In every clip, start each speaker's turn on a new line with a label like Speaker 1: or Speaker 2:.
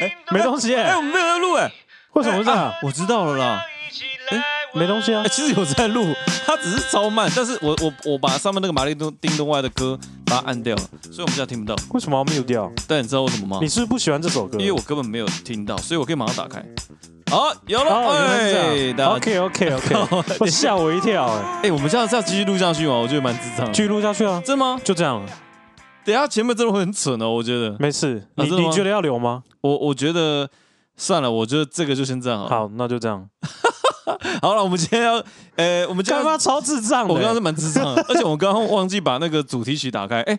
Speaker 1: 哎，
Speaker 2: 没东西
Speaker 1: 哎，
Speaker 2: 哎
Speaker 1: 我， 们没有在录哎，
Speaker 2: 为什么这样
Speaker 1: 啊？我知道了啦。哎，
Speaker 2: 没东西啊
Speaker 1: 哎，其实有在录，它只是超慢，但是我我我把上面那个玛丽东叮咚外的歌把它按掉了，所以我们现在听不到。
Speaker 2: 为什么要 mute 掉？
Speaker 1: 但你知道为什么吗
Speaker 2: 你？是不是不喜欢这首歌？
Speaker 1: 嗯因为我根本没有听到，所以我可以马上打开。好，有了，
Speaker 2: 哦，原来
Speaker 1: 哎哦
Speaker 2: 是，这样。
Speaker 1: 大家
Speaker 2: OK OK OK，我吓我一跳哎，
Speaker 1: 哎，我们这样这样继续录下去吗？我觉得蛮智障的。
Speaker 2: 继续录下去啊，
Speaker 1: 真的吗？
Speaker 2: 就这样了，
Speaker 1: 等一下前面真的会很蠢哦，我觉得。
Speaker 2: 没事。
Speaker 1: 啊
Speaker 2: 你
Speaker 1: 真的吗
Speaker 2: 你觉得要留吗？
Speaker 1: 我我觉得算了，我觉得这个就先这样好了。
Speaker 2: 好，那就这样。
Speaker 1: 好了，我们今天要，呃，我们今天
Speaker 2: 干
Speaker 1: 要
Speaker 2: 嘛超智障的？
Speaker 1: 我刚刚是蛮智障 的，而且我刚刚忘记把那个主题曲打开，哎、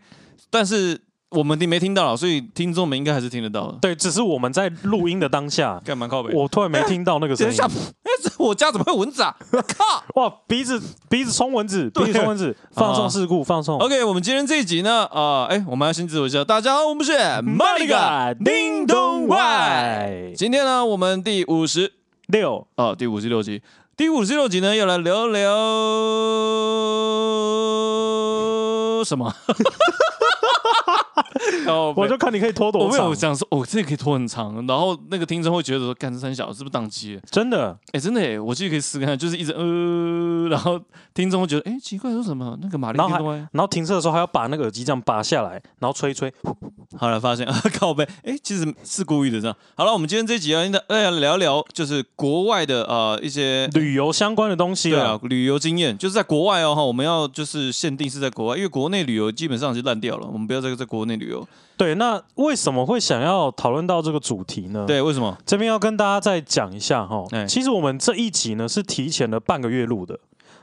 Speaker 1: 但是我们没听到了，所以听众们应该还是听得到的。
Speaker 2: 对，只是我们在录音的当下，
Speaker 1: 干蛮靠北，
Speaker 2: 我突然没听到那个声
Speaker 1: 等
Speaker 2: 音
Speaker 1: 一下，。哎、这我家怎么会有 蚊子啊？靠！
Speaker 2: 哇，鼻子鼻子冲蚊子，
Speaker 1: 对啊哦
Speaker 2: 鼻子冲蚊子，放送事故，放送。
Speaker 1: OK，我们今天这一集呢，啊、哎、我们要先自我介绍，大家好，我们是 m o n i 叮咚外。今天呢，我们第五十
Speaker 2: 六
Speaker 1: 啊，第五十六集，第五十六集呢，要来聊聊什么？ 哦，
Speaker 2: 我就看你可以拖
Speaker 1: 我
Speaker 2: 多
Speaker 1: 没
Speaker 2: 长
Speaker 1: 有，想说，哦，这个可以拖很长，然后那个听众会觉得说，干这三小是不是宕机了？
Speaker 2: 真的
Speaker 1: 哎，真的哎，我记得可以试看看，就是一直呃，然后听众会觉得，哎，奇怪，说什么那个玛丽
Speaker 2: 然后
Speaker 1: 电动哎
Speaker 2: 然后停车的时候还要把那个耳机这样拔下来，然后吹一吹。
Speaker 1: 后来发现 啊，靠背，哎，其实是故意的这样。好了，我们今天这集要啊跟大家哎聊聊，就是国外的呃一些
Speaker 2: 旅游相关的东西
Speaker 1: 对
Speaker 2: 啊
Speaker 1: 啊，旅游经验就是在国外哦哈，我们要就是限定是在国外，因为国内旅游基本上是烂掉了，我们不要再在国内旅游。
Speaker 2: 对，那为什么会想要讨论到这个主题呢？，
Speaker 1: 对，为什么？
Speaker 2: 这边要跟大家再讲一下哈
Speaker 1: 哎。
Speaker 2: 其实我们这一集呢是提前了半个月录的，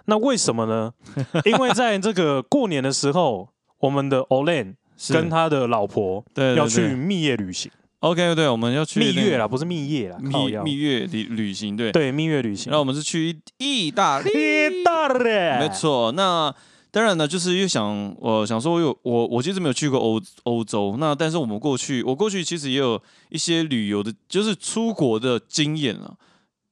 Speaker 2: 那为什么呢？ 因为在这个过年的时候，我们的 Olen 跟他的老婆
Speaker 1: 对对
Speaker 2: 要
Speaker 1: 对
Speaker 2: 去蜜月旅行，
Speaker 1: OK，对，我们要去
Speaker 2: 蜜
Speaker 1: 那
Speaker 2: 月
Speaker 1: 个
Speaker 2: 啦，不是蜜夜啦，靠
Speaker 1: 蜜
Speaker 2: 腰
Speaker 1: 蜜月旅旅行，对。
Speaker 2: 对蜜月旅行
Speaker 1: 然后。我们是去意大利，
Speaker 2: 意大利，没。
Speaker 1: 没错。那当然呢，就是又想我想说我有我我其实没有去过欧欧洲，那但是我们过去我过去其实也有一些旅游的，就是出国的经验啊。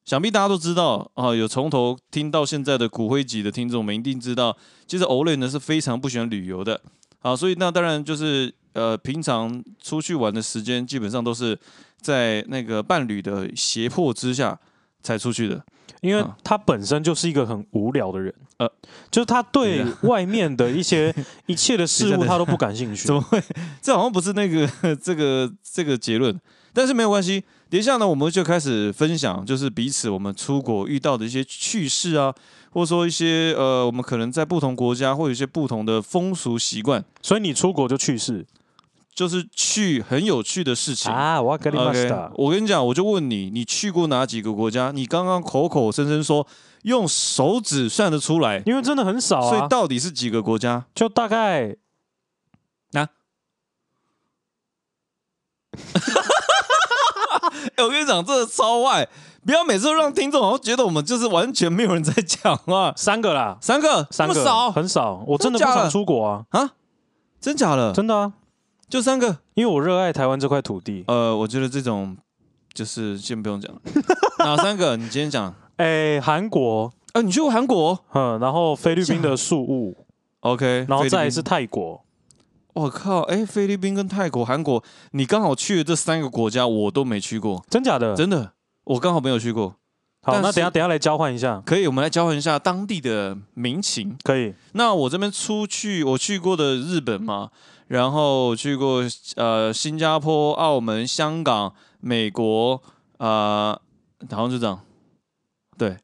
Speaker 1: 想必大家都知道啊，有从头听到现在的骨灰级的听众们一定知道，其实欧雷呢是非常不喜欢旅游的啊，所以那当然就是呃，平常出去玩的时间基本上都是在那个伴侣的胁迫之下才出去的。
Speaker 2: 因为
Speaker 1: 啊
Speaker 2: 他本身就是一个很无聊的人，
Speaker 1: 呃啊
Speaker 2: 呃，就是他对
Speaker 1: 等一
Speaker 2: 外面的一 些一切的事
Speaker 1: 等一
Speaker 2: 物
Speaker 1: 下
Speaker 2: 他都不感兴趣
Speaker 1: 怎。么 这好像不是那个 这个这个结论，但是没有关系。等一下呢，我们就开始分享，就是彼此我们出国遇到的一些趣事啊，或者说一些呃，我们可能在不同国家会有一些不同的风俗习惯，
Speaker 2: 所以你出国就去世
Speaker 1: 就是去很有趣的事情。
Speaker 2: 啊！我要跟你 m a s t
Speaker 1: OK，
Speaker 2: e
Speaker 1: 我跟你讲，我就问你，你去过哪几个国家？你刚刚口口声声说用手指算得出来，
Speaker 2: 因为真的很少
Speaker 1: 所以
Speaker 2: 啊，
Speaker 1: 到底是几个国家？
Speaker 2: 就大概
Speaker 1: 哎、我跟你讲，这个超坏！不要每次都让听众好像觉得我们就是完全没有人在讲话。
Speaker 2: 三个啦，
Speaker 1: 三个，
Speaker 2: 三
Speaker 1: 那
Speaker 2: 个
Speaker 1: 么少，
Speaker 2: 很少。我真的不
Speaker 1: 真假的
Speaker 2: 想出国啊，
Speaker 1: 真假的？
Speaker 2: 真的啊，
Speaker 1: 就三个？
Speaker 2: 因为我热爱台湾这块土地。
Speaker 1: 呃，我觉得这种就是先不用 讲了。哪三个？你今天讲？
Speaker 2: 哎，韩国，
Speaker 1: 啊，你去过韩国
Speaker 2: 嗯，然后菲律宾的宿务，
Speaker 1: ？OK，
Speaker 2: 然后再来
Speaker 1: 哎菲
Speaker 2: 是
Speaker 1: 律宾，
Speaker 2: 泰国。
Speaker 1: 我靠，哎、菲律宾跟泰国、韩国，你刚好去的这三个国家我都没去过，
Speaker 2: 真假的？
Speaker 1: 真的，我刚好没有去过。
Speaker 2: 好，
Speaker 1: 但
Speaker 2: 那
Speaker 1: 是
Speaker 2: 等一下等一下来交换一下，
Speaker 1: 可以，我们来交换一下当地的民情。
Speaker 2: 可以。
Speaker 1: 那我这边出去，我去过的日本嘛，然后去过呃新加坡、澳门、香港、美国，呃，好像就这样。对，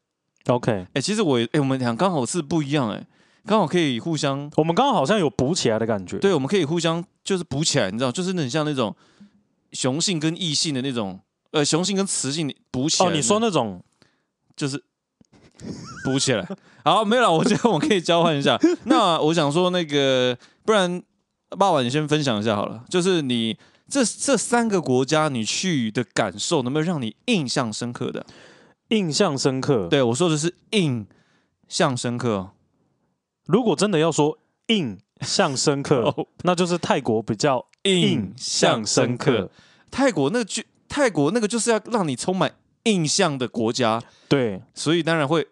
Speaker 2: OK，
Speaker 1: 哎、其实我也，哎、我们俩刚好是不一样、哎，刚好可以互相，
Speaker 2: 我们刚刚好像有补起来的感觉。
Speaker 1: 对，我们可以互相就是补起来，你知道，就是很像那种雄性跟异性的那种，呃，雄性跟雌性补起来
Speaker 2: 哦，
Speaker 1: 的。
Speaker 2: 你说那种
Speaker 1: 就是补起来。 好，没有了，我觉得我们可以交换一下。 那我想说，那个不然，爸爸你先分享一下好了，就是你这这三个国家你去的感受，能不能让你印象深刻的？
Speaker 2: 印象深刻。，
Speaker 1: 对我说的是印象深刻哦。
Speaker 2: 如果真的要说印象深刻，
Speaker 1: 哦
Speaker 2: 那就是泰国比较印象深刻。。
Speaker 1: 泰国那个就泰国那个就是要让你充满印象的国家，
Speaker 2: 对，
Speaker 1: 所以当然会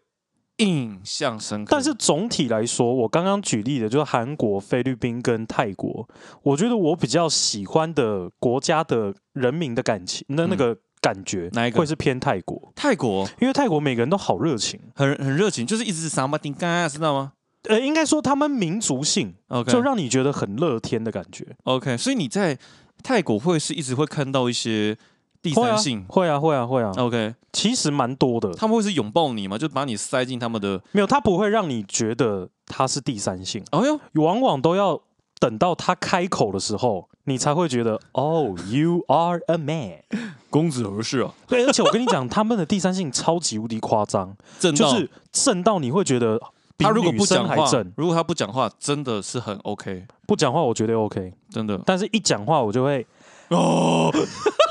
Speaker 1: 印象深刻。
Speaker 2: 但是总体来说，我刚刚举例的就是韩国、菲律宾跟泰国，我觉得我比较喜欢的国家的人民的感情，那那个感觉
Speaker 1: 嗯哪一个
Speaker 2: 会是偏泰国，
Speaker 1: 泰国
Speaker 2: 因为泰国每个人都好热情，
Speaker 1: 很很热情，就是一直傻马丁干，啊知道吗
Speaker 2: 呃，应该说他们民族性
Speaker 1: ？OK，
Speaker 2: 就让你觉得很乐天的感觉。
Speaker 1: OK，所以你在泰国会是一直会看到一些第
Speaker 2: 会
Speaker 1: 三
Speaker 2: 啊
Speaker 1: 性、，哦
Speaker 2: 会啊，会啊，会啊，
Speaker 1: OK，
Speaker 2: 其实蛮多的。
Speaker 1: 他们会是拥抱你嘛，就把你塞进他们的，
Speaker 2: 没有，他不会让你觉得他是第三性，啊
Speaker 1: 哎呦，
Speaker 2: 往往都要等到他开口的时候，你才会觉得哦、y o u are a man。
Speaker 1: 公子而是啊，
Speaker 2: 对，而且我跟你讲，他们的第三性超级无敌夸张，
Speaker 1: 正
Speaker 2: 就
Speaker 1: 道。
Speaker 2: 是正到你会觉得比
Speaker 1: 哦他如果
Speaker 2: 女
Speaker 1: 不
Speaker 2: 生
Speaker 1: 讲
Speaker 2: 还
Speaker 1: 话
Speaker 2: 正，
Speaker 1: 如果他不讲话，真的是很 OK，
Speaker 2: 不讲话我觉得 OK，
Speaker 1: 真的。
Speaker 2: 但是一讲话我就会
Speaker 1: 哦，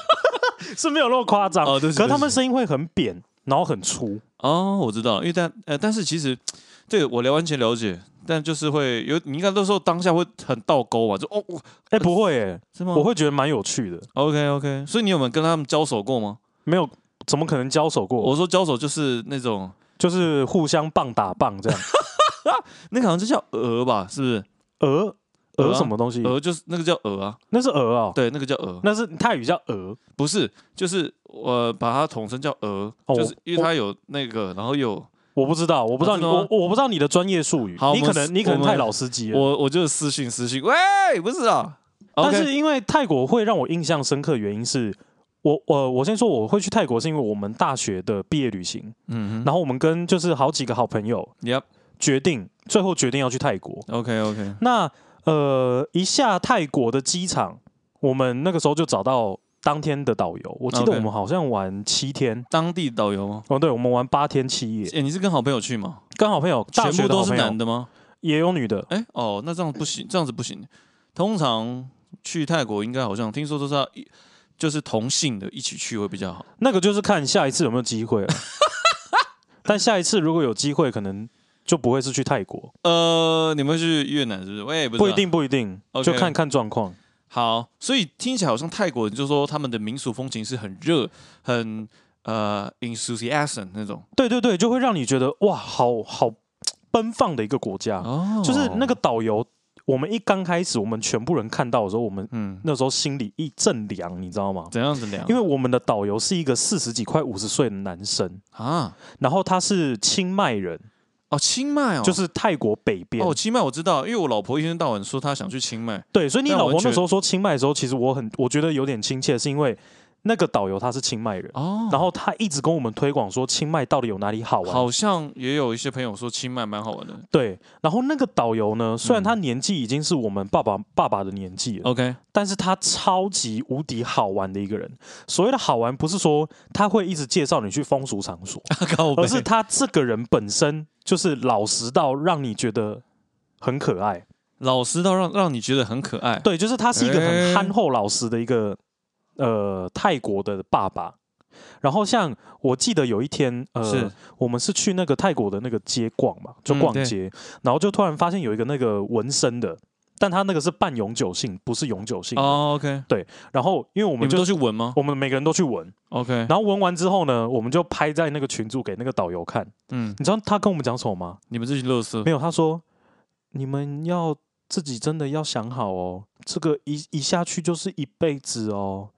Speaker 2: 是没有那么夸张，
Speaker 1: 哦对不起
Speaker 2: 啊可是他们
Speaker 1: 对不起
Speaker 2: 声音会很扁，然后很粗，
Speaker 1: 哦，我知道，因为但呃，但是其实对我聊完前了解，但就是会有你应该那时候当下会很倒钩嘛，就哦，哦
Speaker 2: 哎、不会、欸，
Speaker 1: 是吗？
Speaker 2: 我会觉得蛮有趣的，
Speaker 1: OK OK，所以你有没有跟他们交手过吗？
Speaker 2: 没有。怎么可能交手过？
Speaker 1: 我说交手就是那种，
Speaker 2: 就是互相棒打棒 这样。
Speaker 1: 那个好像就叫鹅吧，是不是？
Speaker 2: 鹅
Speaker 1: 鹅
Speaker 2: 鹅
Speaker 1: 啊
Speaker 2: 什么东西？
Speaker 1: 鹅就是那个叫鹅啊，
Speaker 2: 那是鹅啊、
Speaker 1: 对，那个叫鹅，
Speaker 2: 那是泰语叫鹅。
Speaker 1: 不是，就是我、呃把它统称叫鹅，
Speaker 2: 哦
Speaker 1: 就是因为
Speaker 2: 我
Speaker 1: 它有那个，然后有
Speaker 2: 我不知道，我不知道
Speaker 1: 啊
Speaker 2: 你，
Speaker 1: 真的吗
Speaker 2: 我我不知道你的专业术语
Speaker 1: 好，
Speaker 2: 你
Speaker 1: 我
Speaker 2: 可
Speaker 1: 们
Speaker 2: 能你可能
Speaker 1: 我们
Speaker 2: 太老司机了。
Speaker 1: 我我就是私信私信，喂，不是啊
Speaker 2: 但
Speaker 1: ，OK，
Speaker 2: 是因为泰国会让我印象深刻，的原因是我我我先说我会去泰国，是因为我们大学的毕业旅行，
Speaker 1: 嗯哼
Speaker 2: 然后我们跟就是好几个好朋友
Speaker 1: ，Yep，
Speaker 2: 决定，最后决定要去泰国。
Speaker 1: OK OK，
Speaker 2: 那呃，一下泰国的机场，我们那个时候就找到当天的导游，我记得
Speaker 1: OK
Speaker 2: 我们好像玩七天。
Speaker 1: 当地导游吗？
Speaker 2: 哦，对，我们玩八天七夜，
Speaker 1: 哎、你是跟好朋友去吗？
Speaker 2: 跟好朋友，大
Speaker 1: 全
Speaker 2: 学
Speaker 1: 部
Speaker 2: 的好
Speaker 1: 都
Speaker 2: 朋
Speaker 1: 是
Speaker 2: 友
Speaker 1: 男的吗？
Speaker 2: 也有女的，
Speaker 1: 哎、哦，那这样不行，这样子不行。通常去泰国应该好像听说都是要一就是同性的一起去会比较好。
Speaker 2: 那个就是看下一次有没有机 会了。但下一次如果有机会，可能就不会是去泰国，
Speaker 1: 呃，你们去越南是不是？喂，不是啊、
Speaker 2: 不一定，不一定
Speaker 1: OK
Speaker 2: 就看看状况。
Speaker 1: 好，所以听起来好像泰国人就说他们的民俗风情是很热、很呃 enthusiasm 那种
Speaker 2: 对对对，就会让你觉得哇，好好奔放的一个国家。
Speaker 1: 哦
Speaker 2: 就是那个导游，我们一刚开始，我们全部人看到的时候，我们
Speaker 1: 嗯，
Speaker 2: 那时候心里一阵凉，你知道吗？
Speaker 1: 怎样怎样？
Speaker 2: 因
Speaker 1: 为
Speaker 2: 为我们的导游是一个四十几快五十岁的男生，
Speaker 1: 啊，
Speaker 2: 然后他是清迈人，
Speaker 1: 哦，清迈哦，
Speaker 2: 就是泰国北边。
Speaker 1: 哦，清迈我知道，因为我老婆一天到晚说她想去清迈，
Speaker 2: 对，所以你
Speaker 1: 但我
Speaker 2: 老婆
Speaker 1: 觉
Speaker 2: 那
Speaker 1: 得
Speaker 2: 时候说清迈的时候，其实我很我觉得有点亲切，是因为那个导游他是清迈人，
Speaker 1: 哦，
Speaker 2: 然后他一直跟我们推广说清迈到底有哪里好玩。
Speaker 1: 好像也有一些朋友说清迈蛮好玩的。
Speaker 2: 对，然后那个导游呢，虽然
Speaker 1: 嗯哦
Speaker 2: 他年纪已经是我们爸爸爸爸的年纪了，
Speaker 1: OK，
Speaker 2: 但是他超级无敌好玩的一个人。所谓的好玩，不是说他会一直介绍你去风俗场所，
Speaker 1: 靠
Speaker 2: 而是他这个人本身就是老实到让你觉得很可爱。
Speaker 1: 老实到让让你觉得很可爱。
Speaker 2: 对，就是他是一个
Speaker 1: 哎
Speaker 2: 很憨厚老实的一个呃泰国的爸爸。然后像我记得有一天，呃
Speaker 1: 是，
Speaker 2: 我们是去那个泰国的那个街逛嘛，就
Speaker 1: 嗯
Speaker 2: 逛
Speaker 1: 对
Speaker 2: 街，然后就突然发现有一个那个纹身的，但他那个是半永久性，不是永久性。
Speaker 1: 哦，OK，
Speaker 2: 然后因为我
Speaker 1: 我
Speaker 2: 们
Speaker 1: 们
Speaker 2: 就
Speaker 1: 都去闻吗
Speaker 2: 我们每个人都去纹，
Speaker 1: ？OK，
Speaker 2: 然后纹完之后呢，我们就拍在那个群组给那个导游看。
Speaker 1: 嗯，
Speaker 2: 你知道他跟我们讲什么吗？
Speaker 1: 你们这群乐色
Speaker 2: 没有，他说你们要自己真的要想好哦，这个一一下去就是一辈子哦。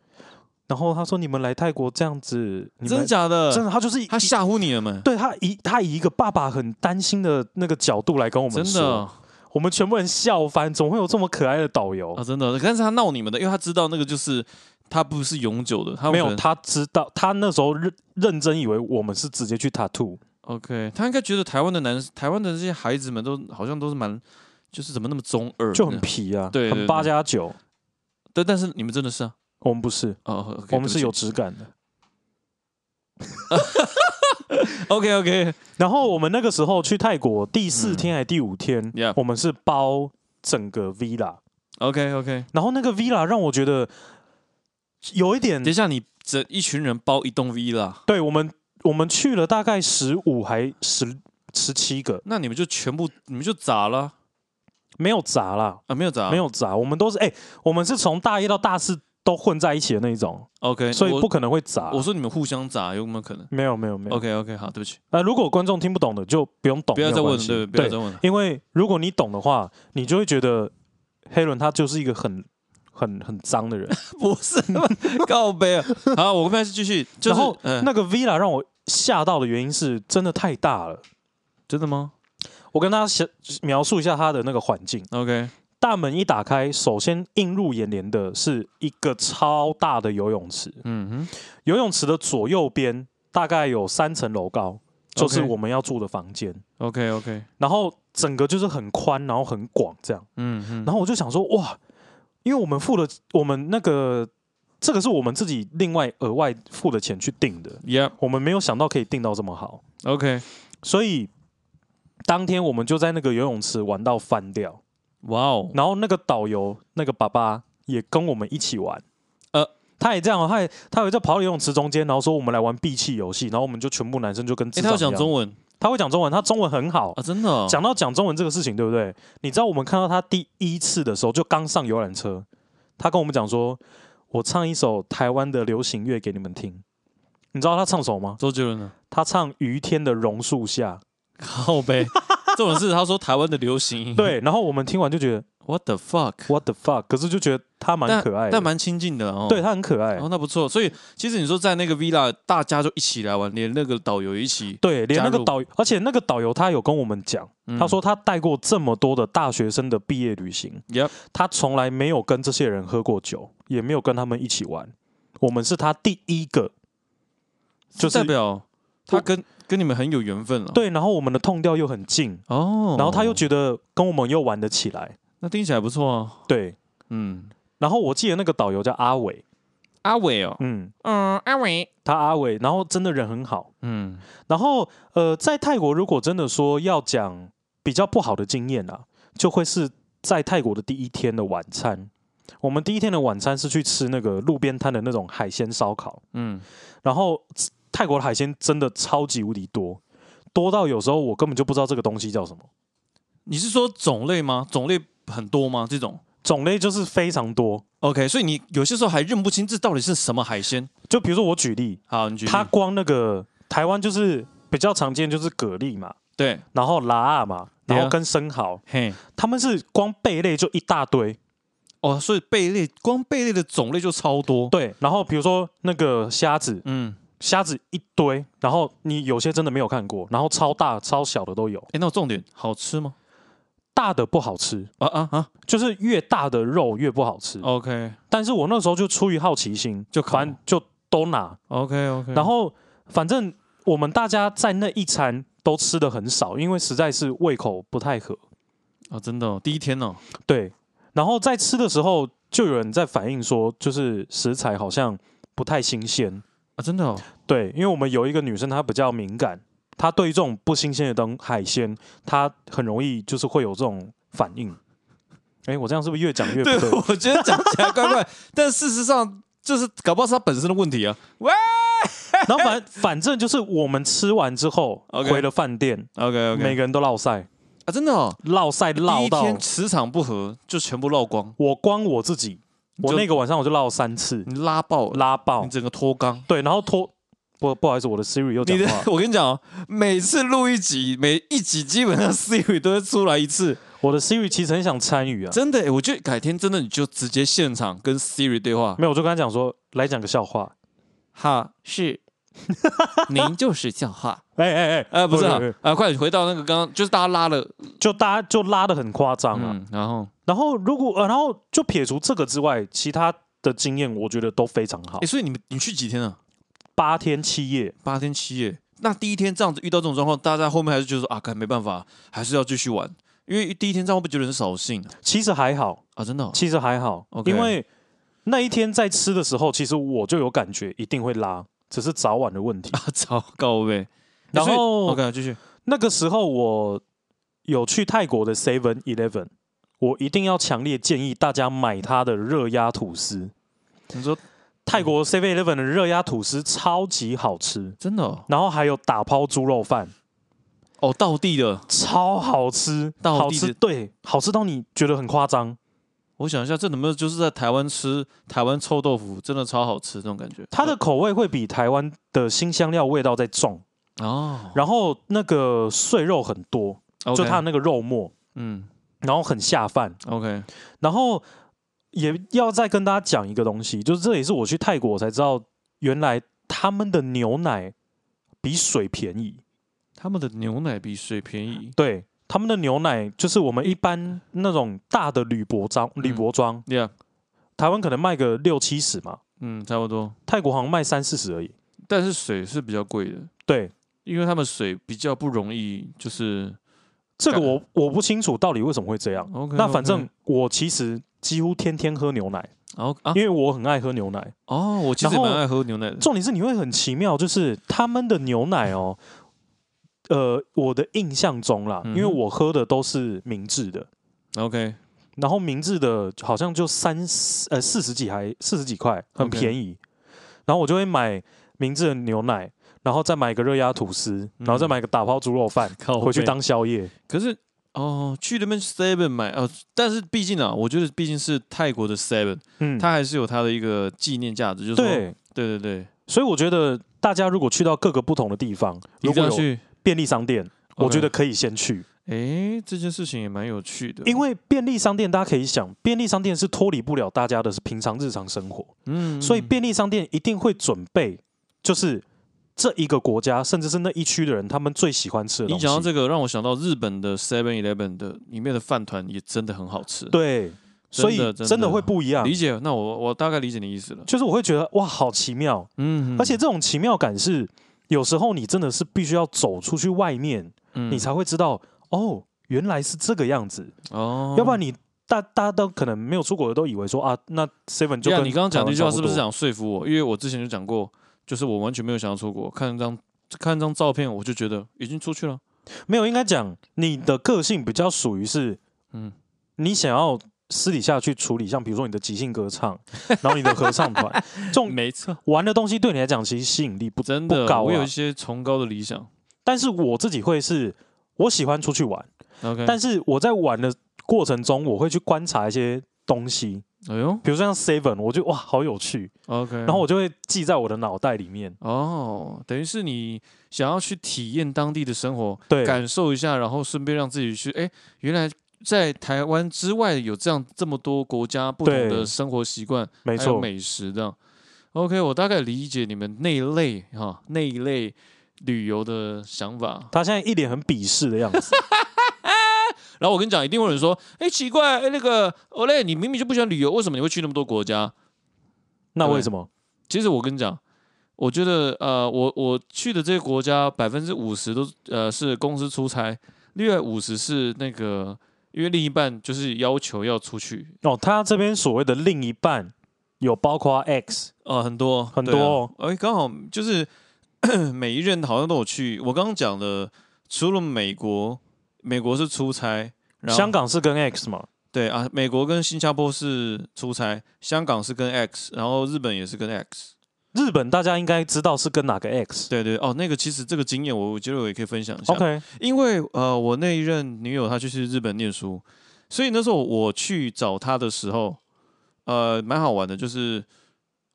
Speaker 2: 然后他说你们来泰国这样子，你
Speaker 1: 真的
Speaker 2: 们
Speaker 1: 假的？
Speaker 2: 真的他就是
Speaker 1: 他
Speaker 2: 以
Speaker 1: 吓唬你了没？
Speaker 2: 对他以他以一个爸爸很担心的那个角度来跟我们
Speaker 1: 真
Speaker 2: 说，
Speaker 1: 的啊，
Speaker 2: 我们全部人笑翻，怎么会有这么可爱的导游？
Speaker 1: 哦真的。但是他闹你们的，因为他知道那个就是他不是永久的，他
Speaker 2: 没有，
Speaker 1: 可能
Speaker 2: 他知道，他那时候认认真以为我们是直接去 tattoo，
Speaker 1: OK，他应该觉得台湾的男，台湾的这些孩子们都好像都是蛮，就是怎么那么中二呢，
Speaker 2: 就很皮啊，
Speaker 1: 对对
Speaker 2: 很
Speaker 1: 对
Speaker 2: 八加九。
Speaker 1: 对，但是你们真的是啊，
Speaker 2: 我们不是，
Speaker 1: 哦，OK，
Speaker 2: 我们是有
Speaker 1: 对不
Speaker 2: 质感的。
Speaker 1: 起 OK OK，
Speaker 2: 然后我们那个时候去泰国第四天还第五天，
Speaker 1: Yeah
Speaker 2: 我们是包整个 villa，
Speaker 1: OK OK，
Speaker 2: 然后那个 villa 让我觉得有一点
Speaker 1: 等一，下你整一群人包一栋 V 啦，
Speaker 2: 对我们我们去了大概十五还十十七个，
Speaker 1: 那你们就全部你们就砸了
Speaker 2: 没有砸啦，
Speaker 1: 啊？没有砸，
Speaker 2: 没有砸，我们都是哎、我们是从大一到大四都混在一起的那一种，
Speaker 1: OK，
Speaker 2: 所以
Speaker 1: 我
Speaker 2: 不可能会砸。
Speaker 1: 我说你们互相砸有没有可能
Speaker 2: 没有没有没有。
Speaker 1: ？OK OK，好，对不起，
Speaker 2: 呃，如果观众听不懂的，就不用懂，
Speaker 1: 不要
Speaker 2: 没有
Speaker 1: 再
Speaker 2: 关
Speaker 1: 问了，
Speaker 2: 系
Speaker 1: 对，不要再问 了。
Speaker 2: 因为如果你懂的话，你就会觉得黑人他就是一个很很很脏的人。
Speaker 1: 不是告白啊！好，我们还是继续。 就
Speaker 2: 然
Speaker 1: 是、
Speaker 2: 后、
Speaker 1: 嗯
Speaker 2: 那个 villa 让我吓到的原因是真的太大了。
Speaker 1: 真的吗
Speaker 2: 我跟大家想描述一下它的那个环境。
Speaker 1: ？OK，
Speaker 2: 大门一打开，首先映入眼帘的是一个超大的游泳池，
Speaker 1: 嗯哼，
Speaker 2: 游泳池的左右边大概有三层楼高，就是
Speaker 1: OK
Speaker 2: 我们要住的房间。
Speaker 1: OK OK，
Speaker 2: 然后整个就是很宽，然后很广这样。
Speaker 1: 嗯哼，
Speaker 2: 然后我就想说，哇，因为我们付了我们那个这个是我们自己另外额外付的钱去订的，
Speaker 1: Yep
Speaker 2: 我们没有想到可以订到这么好，
Speaker 1: OK，
Speaker 2: 所以当天我们就在那个游泳池玩到翻掉。
Speaker 1: 哇哦，
Speaker 2: 然后那个导游那个爸爸也跟我们一起玩，
Speaker 1: 呃
Speaker 2: 呃。他也这样、哦，他也他有在跑到游泳池中间，然后说我们来玩闭气游戏，然后我们就全部男生就跟
Speaker 1: 哎、
Speaker 2: 智
Speaker 1: 他
Speaker 2: 障
Speaker 1: 要
Speaker 2: 一样、
Speaker 1: 讲中文
Speaker 2: 他会讲中文，他中文很好，
Speaker 1: 啊，真的、哦？
Speaker 2: 讲到讲中文这个事情，对不对？你知道我们看到他第一次的时候，就刚上游览车，他跟我们讲说：“我唱一首台湾的流行乐给你们听。”你知道他唱什么吗？
Speaker 1: 周杰伦呢？
Speaker 2: 他唱于天的榕树下。
Speaker 1: 靠 背，这种事他说台湾的流行音乐
Speaker 2: 对，然后我们听完就觉得
Speaker 1: ，What the fuck，
Speaker 2: What the fuck？可是就觉得他蛮
Speaker 1: 但
Speaker 2: 可爱
Speaker 1: 但
Speaker 2: 的，
Speaker 1: 蛮亲近的哦。
Speaker 2: 对。他很可爱。
Speaker 1: 哦，那不错。所以其实你说在那个 villa，大家就一起来玩，连那个导游也一起。
Speaker 2: 对，连那
Speaker 1: 加
Speaker 2: 个
Speaker 1: 入
Speaker 2: 导游，而且那个导游他有跟我们讲，
Speaker 1: 嗯
Speaker 2: 他说他带过这么多的大学生的毕业旅行，
Speaker 1: ：“Yep，
Speaker 2: 他从来没有跟这些人喝过酒，也没有跟他们一起玩。我们是他第一个就
Speaker 1: 就
Speaker 2: 是
Speaker 1: 代表他跟跟你们很有缘分了。
Speaker 2: 对，然后我们的痛调又很近，
Speaker 1: 哦，
Speaker 2: 然后他又觉得跟我们又玩得起来，
Speaker 1: 那听起来不错啊。
Speaker 2: 对。
Speaker 1: 嗯，
Speaker 2: 然后我记得那个导游叫阿伟，
Speaker 1: 阿伟哦，
Speaker 2: 嗯，
Speaker 1: 嗯，阿伟，
Speaker 2: 他阿伟，然后真的人很好。
Speaker 1: 嗯，
Speaker 2: 然后呃，在泰国如果真的说要讲比较不好的经验啊，就会是在泰国的第一天的晚餐。我们第一天的晚餐是去吃那个路边摊的那种海鲜烧烤，
Speaker 1: 嗯，
Speaker 2: 然后泰国的海鲜真的超级无敌多，多到有时候我根本就不知道这个东西叫什么，
Speaker 1: 你是说种类吗？种类很多吗？这种
Speaker 2: 种类就是非常多。
Speaker 1: ？OK，所以你有些时候还认不清这到底是什么海鲜。
Speaker 2: 就比如说我举例，
Speaker 1: 好，你举例
Speaker 2: 它光那个台湾就是比较常见就是蛤蜊嘛，
Speaker 1: 对，
Speaker 2: 然后拉嘛，
Speaker 1: 对啊
Speaker 2: 然后跟生蚝，
Speaker 1: 嘿，
Speaker 2: 他们是光贝类就一大堆，
Speaker 1: 哦，所以贝类光贝类的种类就超多。
Speaker 2: 对，然后比如说那个虾子，
Speaker 1: 嗯，
Speaker 2: 虾子一堆，然后你有些真的没有看过，然后超大超小的都有，
Speaker 1: 哎，那我重点好吃吗？
Speaker 2: 大的不好吃，
Speaker 1: 啊啊啊
Speaker 2: 就是越大的肉越不好吃。
Speaker 1: ！OK
Speaker 2: 但是我那时候就出于好奇心，
Speaker 1: 哦就烤嗯
Speaker 2: 反正就都拿，
Speaker 1: OK OK，
Speaker 2: 然后反正我们大家在那一餐都吃的很少，因为实在是胃口不太合。
Speaker 1: 哦，真的哦，第一天哦，
Speaker 2: 对，然后在吃的时候，就有人在反映说，就是食材好像不太新鲜。
Speaker 1: 啊，真的哦，
Speaker 2: 对，因为我们有一个女生，她比较敏感，她对于这种不新鲜的东海鲜，她很容易就是会有这种反应。哎，我这样是不是越讲越不
Speaker 1: 对
Speaker 2: 对？，
Speaker 1: 我觉得讲起来怪怪，但事实上就是搞不好是他本身的问题啊。
Speaker 2: 然后反反正就是我们吃完之后
Speaker 1: OK
Speaker 2: 回了饭店，
Speaker 1: OK
Speaker 2: 每
Speaker 1: OK，
Speaker 2: 个人都落晒，
Speaker 1: 啊，真的哦，
Speaker 2: 落晒
Speaker 1: 第
Speaker 2: 落
Speaker 1: 一
Speaker 2: 到
Speaker 1: 天磁场不合就全部落光，
Speaker 2: 我光我自己，我
Speaker 1: 就
Speaker 2: 那个晚上我就落三次，
Speaker 1: 你拉爆，
Speaker 2: 拉爆
Speaker 1: 你。整个脱肛。
Speaker 2: 对，然后拖不不好意思，我的 Siri 又讲
Speaker 1: 你的
Speaker 2: 话，了，
Speaker 1: 我跟你讲哦，每次录一集，每一集基本上 Siri 都会出来一次，
Speaker 2: 我的 Siri 其实很想参与啊。
Speaker 1: 真的耶，我觉得改天真的你就直接现场跟 Siri 对话，
Speaker 2: 没有，我就跟他讲说，来讲个笑话。
Speaker 1: 哈 是，您就是笑话，
Speaker 2: 哎哎哎，
Speaker 1: 呃，不是 啊
Speaker 2: 对对，
Speaker 1: 呃，快点回到那个刚刚，就是大家拉了，
Speaker 2: 对就大家就拉的很夸张啊。
Speaker 1: 嗯，然后，
Speaker 2: 然后如果呃，然后就撇除这个之外，其他的经验我觉得都非常好
Speaker 1: 哎，。所以你们你去几天啊？
Speaker 2: 八天七夜，
Speaker 1: 八天七夜。那第一天这样子遇到这种状况，大家后面还是觉得说啊，看没办法，还是要继续玩，因为第一天这样会不会觉得很扫兴啊
Speaker 2: 其实还好，
Speaker 1: 啊？真的哦、
Speaker 2: 其实还好
Speaker 1: OK
Speaker 2: 因为那一天在吃的时候，其实我就有感觉一定会拉，只是早晚的问题。
Speaker 1: 啊，糟糕呗。
Speaker 2: 然
Speaker 1: 所以
Speaker 2: 后
Speaker 1: OK，继续。
Speaker 2: 那个时候我有去泰国的 Seven Eleven，我一定要强烈建议大家买它的热压吐司。
Speaker 1: 你说
Speaker 2: 泰国 Seven Eleven 的热压吐司超级好吃，
Speaker 1: 真的哦，
Speaker 2: 然后还有打抛猪肉饭，
Speaker 1: 哦，到地了，
Speaker 2: 超好吃，
Speaker 1: 到
Speaker 2: 好
Speaker 1: 地
Speaker 2: 吃
Speaker 1: 的
Speaker 2: 对，好吃到你觉得很夸张。
Speaker 1: 我想一下，这能不能就是在台湾吃台湾臭豆腐，真的超好吃这种感觉？
Speaker 2: 它的口味会比台湾的新香料味道再重，
Speaker 1: 哦，
Speaker 2: 然后那个碎肉很多，就
Speaker 1: OK，
Speaker 2: 它的那个肉末，
Speaker 1: 嗯
Speaker 2: 然后很下饭，
Speaker 1: ，OK，
Speaker 2: 然后也要再跟大家讲一个东西，就是这也是我去泰国我才知道，原来他们的牛奶比水便宜。
Speaker 1: 他们的牛奶比水便宜
Speaker 2: 对，他们的牛奶就是我们一般那种大的铝箔装，
Speaker 1: 嗯
Speaker 2: 铝箔装，
Speaker 1: ，Yeah，
Speaker 2: 台湾可能卖个六七十嘛，
Speaker 1: 嗯，差不多。
Speaker 2: 泰国好像卖三四十而已。
Speaker 1: 但是水是比较贵的，
Speaker 2: 对，
Speaker 1: 因为他们水比较不容易，就是
Speaker 2: 这个
Speaker 1: 干嗯
Speaker 2: 我我不清楚到底为什么会这样。
Speaker 1: OK，
Speaker 2: 那反正我其实几乎天天喝牛奶，
Speaker 1: 然后啊
Speaker 2: 因为我很爱喝牛奶。
Speaker 1: 哦，我其
Speaker 2: 然
Speaker 1: 实
Speaker 2: 后
Speaker 1: 蛮爱喝牛奶的，
Speaker 2: 重点是你会很奇妙，就是他们的牛奶哦，呃，我的印象中啦，
Speaker 1: 嗯
Speaker 2: 因
Speaker 1: 哼
Speaker 2: 为我喝的都是明治的，
Speaker 1: OK，
Speaker 2: 然后明治的好像就三十呃四十几还四十几块，很
Speaker 1: OK
Speaker 2: 便宜。然后我就会买明治的牛奶，然后再买个热压吐司，然后再
Speaker 1: 嗯哦
Speaker 2: 买个打抛猪肉饭，
Speaker 1: 靠
Speaker 2: 回去
Speaker 1: 背
Speaker 2: 当宵夜。
Speaker 1: 可是哦，去那边 Seven 买哦，但是毕竟啊，我觉得毕竟是泰国的 Seven，、
Speaker 2: 嗯，
Speaker 1: 它还是有它的一个纪念价值，就是说
Speaker 2: 对，
Speaker 1: 对对对，
Speaker 2: 所以我觉得大家如果去到各个不同的地方，
Speaker 1: 一
Speaker 2: 如
Speaker 1: 定
Speaker 2: 果
Speaker 1: 要
Speaker 2: 有
Speaker 1: 去。
Speaker 2: 便利商店，我
Speaker 1: OK
Speaker 2: 觉得可以先去，
Speaker 1: 诶，这件事情也蛮有趣的，
Speaker 2: 因为便利商店大家可以想，便利商店是脱离不了大家的平常日常生活，
Speaker 1: 嗯
Speaker 2: 所以便利商店一定会准备，就是这一个国家甚至是那一区的人他们最喜欢吃的
Speaker 1: 你
Speaker 2: 东西。
Speaker 1: 讲到这个，让我想到日本的 Seven Eleven 的里面的饭团也真的很好吃，，
Speaker 2: 对，啊所以
Speaker 1: 真的真的
Speaker 2: 真的会不一样
Speaker 1: 理。解。那我我大概理解你意思了，
Speaker 2: 就是我会觉得哇，好奇妙，
Speaker 1: 嗯
Speaker 2: 而且这种奇妙感是有时候你真的是必须要走出去外面，你
Speaker 1: 你
Speaker 2: 才会知道哦，原来是这个样子。
Speaker 1: 哦，
Speaker 2: 要不然你大大家都可能没有出国的都以为说啊，那 Seven 就
Speaker 1: 对啊
Speaker 2: 跟
Speaker 1: 你刚刚讲那句话是不是
Speaker 2: 台湾差多？
Speaker 1: 想说服我？因为我之前就讲过，就是我完全没有想要出国，看张看张照片我就觉得已经出去了。
Speaker 2: 没有，应该讲你的个性比较属于是，
Speaker 1: 嗯
Speaker 2: 嗯，你想要私底下去处理，像比如说你的即兴歌 唱，然后你的合唱团这种
Speaker 1: 没错，
Speaker 2: 玩的东西，对你来讲其实吸引力不
Speaker 1: 真
Speaker 2: 不
Speaker 1: 的，
Speaker 2: 高
Speaker 1: 我有
Speaker 2: 啊
Speaker 1: 一。些崇高的理想。
Speaker 2: 但是我自己会是，我喜欢出去玩，
Speaker 1: OK，
Speaker 2: 但是我在玩的过程中，我会去观察一些东西，
Speaker 1: 哎呦
Speaker 2: 比如说像 Seven，我就哇好有趣，
Speaker 1: ，OK，
Speaker 2: 然后我就会记在我的脑袋里面。
Speaker 1: 哦，等于是你想要去体验当地的生活，
Speaker 2: 对，
Speaker 1: 感受一下，然后顺便让自己去，哎，原来在台湾之外有这样这么多国家不同的
Speaker 2: 对
Speaker 1: 生活习惯，
Speaker 2: 没
Speaker 1: 还有
Speaker 2: 错，
Speaker 1: 美食这样。OK，我大概理解你们那一类哈那一类旅游的想法。
Speaker 2: 他现在一脸很鄙视的样子。
Speaker 1: 然后我跟你讲，一定会有人说：“哎，奇怪，哎那个 Olay，你明明就不喜欢旅游，为什么你会去那么多国家
Speaker 2: 那
Speaker 1: 对
Speaker 2: 为什么？？”
Speaker 1: 其实我跟你讲，我觉得呃，我我去的这些国家百分之五十都呃是公司出差，另外五十是那个因为另一半就是要求要出去，
Speaker 2: 哦，他这边所谓的另一半有包括 X，
Speaker 1: 呃，很多
Speaker 2: 很
Speaker 1: 对啊
Speaker 2: 多哦
Speaker 1: 哎、刚、好就是 每一任好像都有去。我刚刚讲的，除了美国，美国是出差，然后
Speaker 2: 香港是跟 X 嘛？
Speaker 1: 对啊，美国跟新加坡是出差，香港是跟 X，然后日本也是跟 X。
Speaker 2: 日本大家应该知道是跟哪个 X。
Speaker 1: 对对哦，那个其实这个经验我我觉得我也可以分享一下
Speaker 2: OK，
Speaker 1: 因为呃，我那一任女友她就是日本念书，所以那时候我去找她的时候，呃，蛮好玩的，就是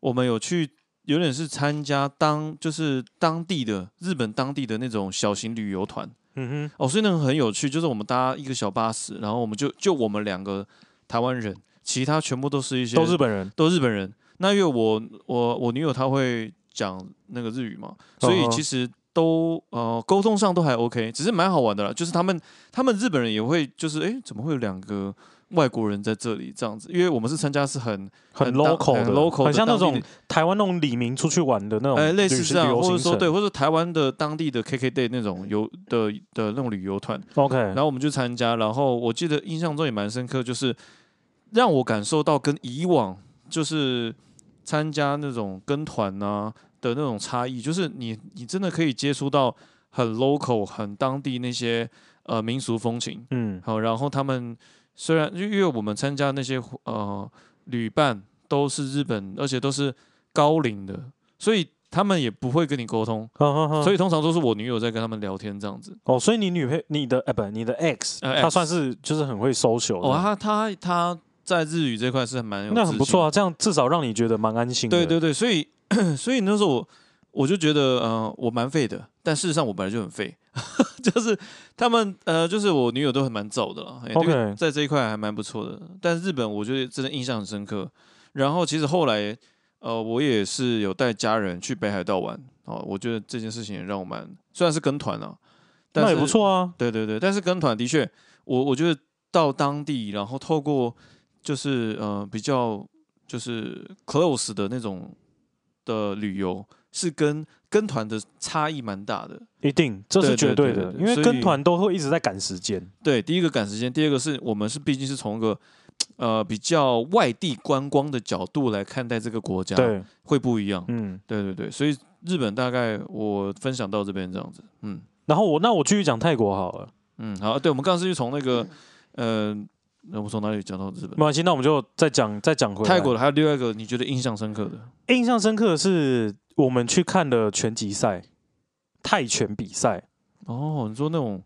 Speaker 1: 我们有去，有点是参加当就是当地的日本当地的那种小型旅游团
Speaker 2: 嗯哼，
Speaker 1: 哦，所以那个很有趣，就是我们搭一个小巴士，然后我们就就我们两个台湾人，其他全部都是一些
Speaker 2: 都日本人。
Speaker 1: 都日本人。那因为我我我女友她会讲那个日语嘛，所以
Speaker 2: 嗯哼
Speaker 1: 其实都呃沟通上都还 OK，只是蛮好玩的啦。就是他们他们日本人也会就是诶，怎么会有两个外国人在这里这样子？因为我们是参加是很
Speaker 2: 很
Speaker 1: 当
Speaker 2: local 的
Speaker 1: 很 local，的
Speaker 2: 很像那
Speaker 1: 当地
Speaker 2: 种
Speaker 1: 的
Speaker 2: 台湾那种李明出去玩的那种，
Speaker 1: 哎、类似这样，
Speaker 2: 旅
Speaker 1: 或者
Speaker 2: 行
Speaker 1: 说
Speaker 2: 程。
Speaker 1: 对，或者台湾的当地的 KK day 那种游的的那种旅游团，
Speaker 2: ，OK，
Speaker 1: 然后我们就参加，然后我记得印象中也蛮深刻，就是让我感受到跟以往就是参加那种跟团啊的那种差异，就是你你真的可以接触到很 local、很当地那些呃民俗风情。
Speaker 2: 嗯，
Speaker 1: 好，然后他们虽然因为我们参加那些呃旅伴都是日本，而且都是高龄的，所以他们也不会跟你沟通，所
Speaker 2: 所以
Speaker 1: 以通常都是我女友在跟他们聊天这样子。
Speaker 2: 哦，所以你女朋你的哎不，你的 X，
Speaker 1: 呃
Speaker 2: 他
Speaker 1: ex
Speaker 2: 算是就是很会 social 的。
Speaker 1: 哦哦，他他他在日语这块是蛮有
Speaker 2: 那很不错
Speaker 1: 啊。
Speaker 2: 啊，这样至少让你觉得蛮安心的。
Speaker 1: 对对对，所以所以那时候我我就觉得呃我蛮废的，但事实上我本来就很废， 就是他们呃就是我女友都很蛮早的啦。哎
Speaker 2: OK
Speaker 1: 这个在这一块还蛮不错的，但日本我觉得真的印象很深刻。然后其实后来呃我也是有带家人去北海道玩哦，我觉得这件事情也让我蛮虽然是跟团啊，但
Speaker 2: 那也
Speaker 1: 是
Speaker 2: 不错啊。
Speaker 1: 对对对，但是跟团的确，我我觉得到当地，然后透过就是呃比较就是 close 的那种的旅游，是跟跟团的差异蛮大的。
Speaker 2: 一定，这
Speaker 1: 对
Speaker 2: 是
Speaker 1: 对
Speaker 2: 绝对
Speaker 1: 对
Speaker 2: 的，
Speaker 1: 对
Speaker 2: 因为
Speaker 1: 所以
Speaker 2: 跟团都会一直在赶时间。
Speaker 1: 对，第一个赶时间，第二个是我们是毕竟是从一个呃比较外地观光的角度来看待这个国家，
Speaker 2: 对，
Speaker 1: 会不一样。
Speaker 2: 嗯。
Speaker 1: 对对对，所以日本大概我分享到这边这样子，嗯。
Speaker 2: 然后我那我继续讲泰国好了，
Speaker 1: 嗯，好，对，我们刚刚是去从那个，呃，我们从哪里讲到日本
Speaker 2: 没？关系，那我们就再讲再讲回来
Speaker 1: 泰国的还有另外一个你觉得印象深刻的，
Speaker 2: 印象深刻的是，我们去看了拳击赛，泰拳比赛。
Speaker 1: 哦，你说那种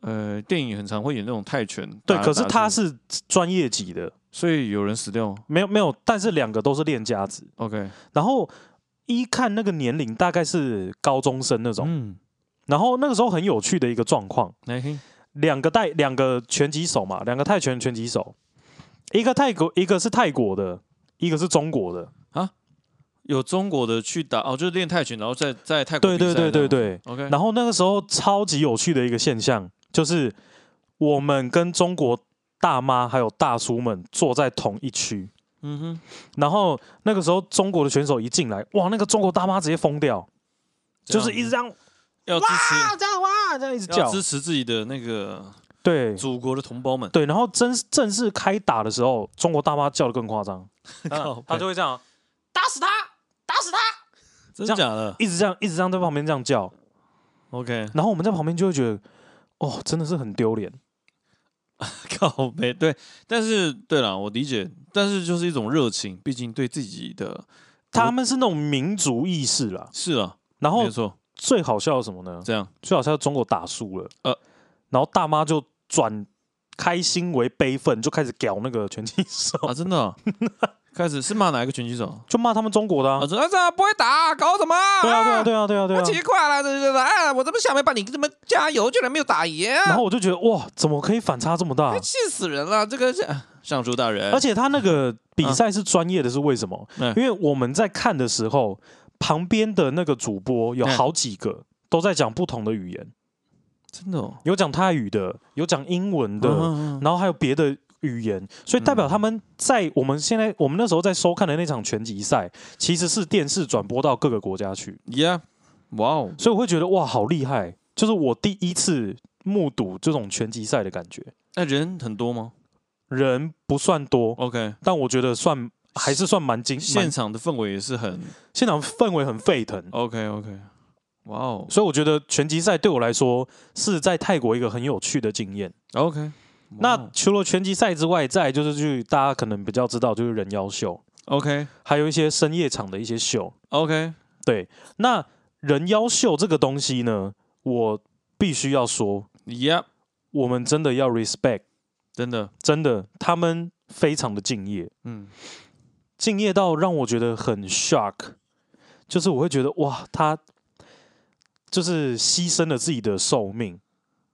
Speaker 1: 呃，电影很常会演那种泰拳，
Speaker 2: 对，
Speaker 1: 打
Speaker 2: 可是
Speaker 1: 打
Speaker 2: 他
Speaker 1: 字
Speaker 2: 是专业级的，
Speaker 1: 所以有人死掉吗
Speaker 2: 没有没有，但是两个都是练家子。
Speaker 1: ，OK，
Speaker 2: 然后一看那个年龄，大概是高中生那种。
Speaker 1: 嗯，
Speaker 2: 然后那个时候很有趣的一个状况，
Speaker 1: 来听，
Speaker 2: 两个泰两个拳击手嘛，两个泰拳拳击手，一个泰国一个是泰国的，一个是中国的。
Speaker 1: 有中国的去打哦，就是练泰拳，然后在在泰国
Speaker 2: 对对对对对。
Speaker 1: o k
Speaker 2: 然后那个时候超级有趣的一个现象，就是我们跟中国大妈还有大叔们坐在同一区，
Speaker 1: 嗯哼，
Speaker 2: 然后那个时候中国的选手一进来，哇，那个中国大妈直接疯掉，就是一直这样
Speaker 1: 要支
Speaker 2: 啊这样哇这样一直
Speaker 1: 持要
Speaker 2: 叫，
Speaker 1: 支持自己的那个
Speaker 2: 对
Speaker 1: 祖国的同胞们，
Speaker 2: 对，然后真正式开打的时候，中国大妈叫的更夸 张，她
Speaker 1: 靠北
Speaker 2: 嗯就会这样打死他，打死他，
Speaker 1: 真
Speaker 2: 这样
Speaker 1: 假的
Speaker 2: 一直这样一直这样在旁边这样叫，
Speaker 1: ，OK，
Speaker 2: 然后我们在旁边就会觉得，哦，真的是很丢脸。
Speaker 1: 靠北对，但是对了，我理解，但是就是一种热情，毕竟对自己的
Speaker 2: 他们是那种民族意识啦，
Speaker 1: 是啊，
Speaker 2: 然后
Speaker 1: 没错，
Speaker 2: 最好笑的什么呢？
Speaker 1: 这样
Speaker 2: 最好笑的中国打输了，
Speaker 1: 呃
Speaker 2: 呃，然后大妈就转开心为悲愤，就开始屌那个拳击手，
Speaker 1: 啊，真的 啊、开始是骂哪一个拳击手？
Speaker 2: 就骂他们中国的啊
Speaker 1: 啊，。这这不会打，搞什么？
Speaker 2: 对啊，对啊，对啊，对啊，对啊。
Speaker 1: 怪了，这这哎，我这么下面把你这么加油，居然没有打赢，哎
Speaker 2: 然后我啊就觉得哇，怎么可以反差这么大？
Speaker 1: 气死人了！这个是尚书大人，
Speaker 2: 而且他那个比赛是专业的，是为什么？
Speaker 1: 呃嗯
Speaker 2: 因为我们在看的时候，旁边的那个主播有
Speaker 1: 嗯
Speaker 2: 好几个都在讲不同的语言，
Speaker 1: 真的哦，
Speaker 2: 有讲泰语的，有讲英文的，
Speaker 1: 嗯
Speaker 2: 然后还有别的语言，所以代表
Speaker 1: 嗯
Speaker 2: 他们在我们现在我们那时候在收看的那场拳击赛，其实是电视转播到各个国家去，
Speaker 1: ，Yeah，哇哦，
Speaker 2: 所以我会觉得哇，好厉害！就是我第一次目睹这种拳击赛的感觉，
Speaker 1: 那哎人很多吗
Speaker 2: 人不算多，
Speaker 1: ？OK，
Speaker 2: 但我觉得算还是算蛮精，
Speaker 1: 现哦
Speaker 2: 蛮
Speaker 1: 场的氛围也是很
Speaker 2: 现场氛围很沸腾。
Speaker 1: OK OK，哇哦
Speaker 2: 所以我觉得拳击赛对我来说是在泰国一个很有趣的经验。
Speaker 1: ，OK，哇
Speaker 2: 那
Speaker 1: 哦
Speaker 2: 除了拳击赛之外，再来就是去大家可能比较知道就是人妖秀，
Speaker 1: OK
Speaker 2: 还有一些深夜场的一些秀。
Speaker 1: OK，
Speaker 2: 对，那人妖秀这个东西呢，我必须要说，
Speaker 1: Yeah，
Speaker 2: 我们真的要 respect，
Speaker 1: 真的，
Speaker 2: 真的，他们非常的敬业，
Speaker 1: 嗯，
Speaker 2: 敬业到让我觉得很 shock，就是我会觉得哇，他就是牺牲了自己的寿命，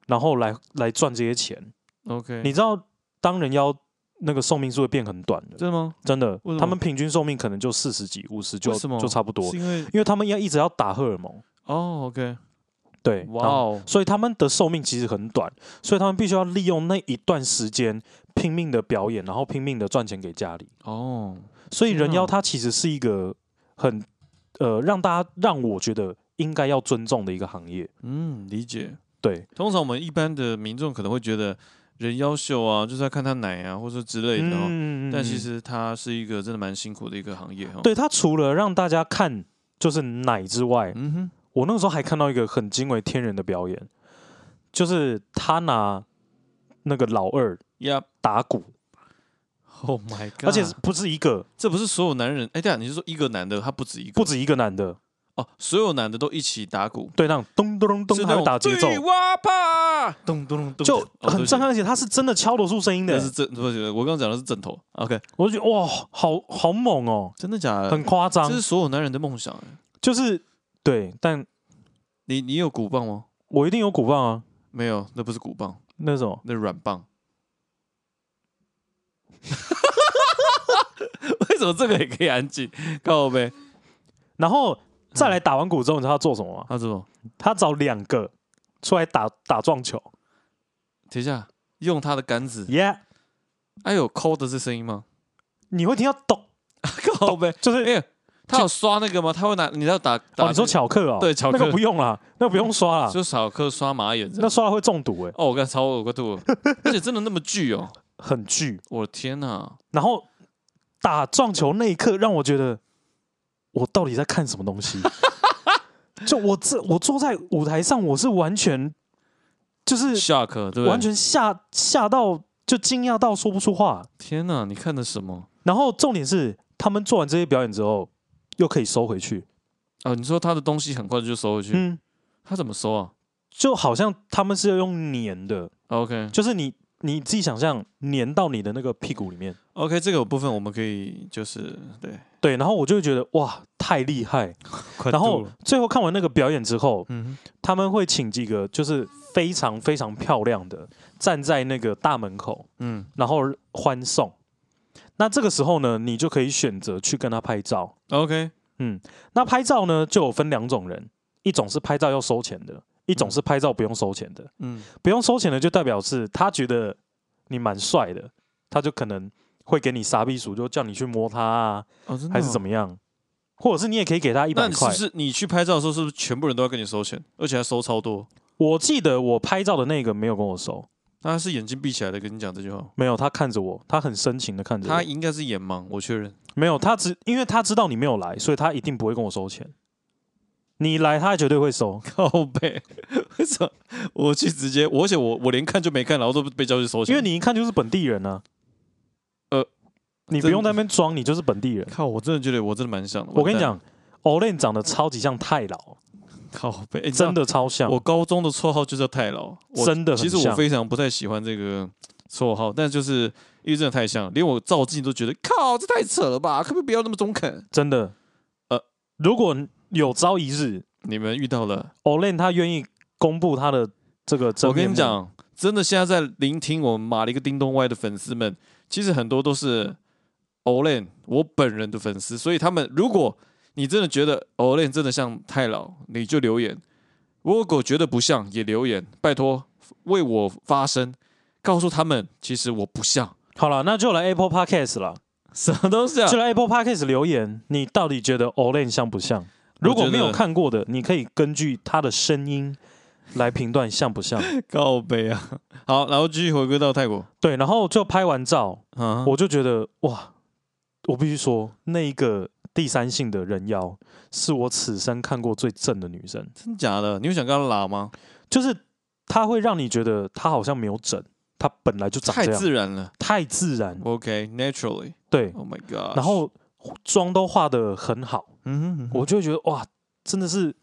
Speaker 2: 然后来来赚这些钱。
Speaker 1: OK，
Speaker 2: 你知道，当人妖那个寿命是会变很短的，
Speaker 1: 真的吗？
Speaker 2: 真的
Speaker 1: 为什，么
Speaker 2: 他们平均寿命可能就四十几、五十就
Speaker 1: 为什么
Speaker 2: 就差不多，
Speaker 1: 是因为
Speaker 2: 因为他们要一直要打荷尔蒙，
Speaker 1: 哦，OK，
Speaker 2: 对，
Speaker 1: 哇
Speaker 2: 然后
Speaker 1: 哦，
Speaker 2: 所以他们的寿命其实很短，所以他们必须要利用那一段时间拼命的表演，然后拼命的赚钱给家里。
Speaker 1: 哦，
Speaker 2: 所以人
Speaker 1: 天啊
Speaker 2: 妖它其实是一个很呃让大家让我觉得应该要尊重的一个行业。
Speaker 1: 嗯，理解。
Speaker 2: 对，
Speaker 1: 通常我们一般的民众可能会觉得人妖秀啊，就是在看他奶啊，或者之类的、哦。
Speaker 2: 嗯
Speaker 1: 但其实它是一个真的蛮辛苦的一个行业哈、哦。，
Speaker 2: 对它除了让大家看就是奶之外，
Speaker 1: 嗯哼，
Speaker 2: 我那个时候还看到一个很惊为天人的表演，就是他拿那个老二
Speaker 1: 呀、
Speaker 2: 打鼓，
Speaker 1: yeah,，Oh Oh my god！
Speaker 2: 而且不是一个，
Speaker 1: 这不是所有男人，哎，对啊，你是说一个男的他不止一个？
Speaker 2: 不止一个男的。
Speaker 1: 哦，所有男的都一起打鼓，
Speaker 2: 对，那种咚咚咚
Speaker 1: 是
Speaker 2: 咚，还
Speaker 1: 那
Speaker 2: 有
Speaker 1: 种
Speaker 2: 打节奏
Speaker 1: 对，哇啪，咚咚咚，
Speaker 2: 就
Speaker 1: 哦
Speaker 2: 很震。撼，而且它是真的敲锣出声音
Speaker 1: 对不
Speaker 2: 的
Speaker 1: 起那是，枕，不是我刚刚讲的是枕头。OK，
Speaker 2: 我就觉得哇，好好猛哦，
Speaker 1: 真的假的？
Speaker 2: 很夸张
Speaker 1: 呃这，是所有男人的梦想、欸。
Speaker 2: 就是对，但
Speaker 1: 你你有鼓棒吗？
Speaker 2: 我一定有鼓棒啊，
Speaker 1: 没有，那不是鼓棒，
Speaker 2: 那种
Speaker 1: 那是软棒。 为什么这个也可以安静？告呗，
Speaker 2: 然后再来打完鼓之后，你知道他做什么吗？
Speaker 1: 他怎么？
Speaker 2: 他找两个出来打打撞球
Speaker 1: 等一下，用他的杆子。
Speaker 2: ，Yeah，
Speaker 1: 哎呦，抠的是声音吗？
Speaker 2: 你会听到咚，
Speaker 1: 告呗，
Speaker 2: 就是
Speaker 1: 哎、他有刷那个吗？他会拿，你啊知道打打、
Speaker 2: 哦，你说巧克哦，
Speaker 1: 对巧克
Speaker 2: 那个不用啦，那个不用刷啦，
Speaker 1: 就少颗刷马眼这
Speaker 2: 那
Speaker 1: 样。
Speaker 2: 刷了会中毒哎，
Speaker 1: 哦，我刚才超我快吐了，而且真的那么巨哦！
Speaker 2: 很巨。
Speaker 1: 我的天哪！
Speaker 2: 然后打撞球那一刻，让我觉得我到底在看什么东西？就我这，我坐在舞台上，我是完全就是
Speaker 1: 下课对不对？
Speaker 2: 完全吓吓到，就惊讶到说不出话。
Speaker 1: 天哪！你看的什么？
Speaker 2: 然后重点是，他们做完这些表演之后，又可以收回去。
Speaker 1: 哦，你说他的东西很快就收回去，
Speaker 2: 嗯，
Speaker 1: 他怎么收啊
Speaker 2: 就好像他们是要用粘的，
Speaker 1: ？OK
Speaker 2: 就是你你自己想象粘到你的那个屁股里面。
Speaker 1: OK，这个有部分我们可以就是对，
Speaker 2: 对，然后我就会觉得哇，太厉害！然后最后看完那个表演之后，
Speaker 1: 嗯哼，
Speaker 2: 他们会请几个就是非常非常漂亮的站在那个大门口，
Speaker 1: 嗯
Speaker 2: 然后欢送。那这个时候呢，你就可以选择去跟他拍照。
Speaker 1: ，OK，
Speaker 2: 嗯，那拍照呢就有分两种人，一种是拍照要收钱的，一种是拍照不用收钱的。
Speaker 1: 嗯
Speaker 2: 不用收钱的就代表是他觉得你蛮帅的，他就可能会给你傻逼数，就叫你去摸他啊，
Speaker 1: 哦，真的
Speaker 2: 还是怎
Speaker 1: 么？
Speaker 2: 么样？或者是你也可以给他一
Speaker 1: 那
Speaker 2: 百
Speaker 1: 你是
Speaker 2: 块
Speaker 1: 不。是你去拍照的时候，是不是全部人都要跟你收钱，而且还收超多？
Speaker 2: 我记得我拍照的那个没有跟我收，
Speaker 1: 那他是眼睛闭起来的，跟你讲这句话。
Speaker 2: 没有，他看着我，他很深情的看着
Speaker 1: 他
Speaker 2: 我。
Speaker 1: 应该是眼盲，我确认。
Speaker 2: 没有，他只因为他知道你没有来，所以他一定不会跟我收钱。你来，他绝对会收。
Speaker 1: 靠背，为什么我去直接？我而且我我连看就没看，然后都被叫去收钱。
Speaker 2: 因为你一看就是本地人啊。
Speaker 1: 呃，
Speaker 2: 你不
Speaker 1: 真
Speaker 2: 用在
Speaker 1: 的
Speaker 2: 那边装，你就是本地人。
Speaker 1: 靠，我真的觉得我真的蛮像的。
Speaker 2: 我跟你
Speaker 1: 完
Speaker 2: 讲，Olen 长得超级像太老，
Speaker 1: 蛋，靠背，
Speaker 2: 真
Speaker 1: 的，
Speaker 2: 的超像
Speaker 1: 我。高中的绰号就叫太老，我
Speaker 2: 真的很
Speaker 1: 其实我
Speaker 2: 像
Speaker 1: 非常不太喜欢这个绰号，但就是因为真的太像，连我照镜都觉得靠，这太扯了吧，可不可以不要那么中肯？
Speaker 2: 真的。
Speaker 1: 呃
Speaker 2: 呃，如果有朝一日
Speaker 1: 你们遇到了，
Speaker 2: Olen 他愿意公布他的这个真
Speaker 1: 我跟
Speaker 2: 面
Speaker 1: 你
Speaker 2: 目，
Speaker 1: 讲，真的现在在聆听我们马了一个叮咚歪的粉丝们，其实很多都是 Olen 我本人的粉丝，所以他们如果你真的觉得 Olen 真的像太老，你就留言；如果觉得不像，也留言，拜托为我发声，告诉他们其实我不像
Speaker 2: 好了，那就来 Apple Podcast 了。
Speaker 1: 什么东西啊
Speaker 2: 就。来 Apple Podcast 留言，你到底觉得 Olen 像不像？
Speaker 1: 我
Speaker 2: 如
Speaker 1: 觉得
Speaker 2: 果没有看过的，你可以根据他的声音来评断像不 像。
Speaker 1: 告白啊！ 好，然后继续回归到泰国。
Speaker 2: 对，然后就拍完照，
Speaker 1: 啊，
Speaker 2: 我就觉得哇，我必须说，那一个第三性的人妖是我此生看过最正的女生，
Speaker 1: 真假的？你有想跟他拉吗？
Speaker 2: 就是她会让你觉得她好像没有整，她本来就长
Speaker 1: 太
Speaker 2: 这样，
Speaker 1: 自然了。
Speaker 2: 太自然，
Speaker 1: OK，naturally、
Speaker 2: 对，
Speaker 1: Oh my god。
Speaker 2: 然，后妆都化得很好。
Speaker 1: 嗯哼嗯哼
Speaker 2: 我就会觉得哇，真的是，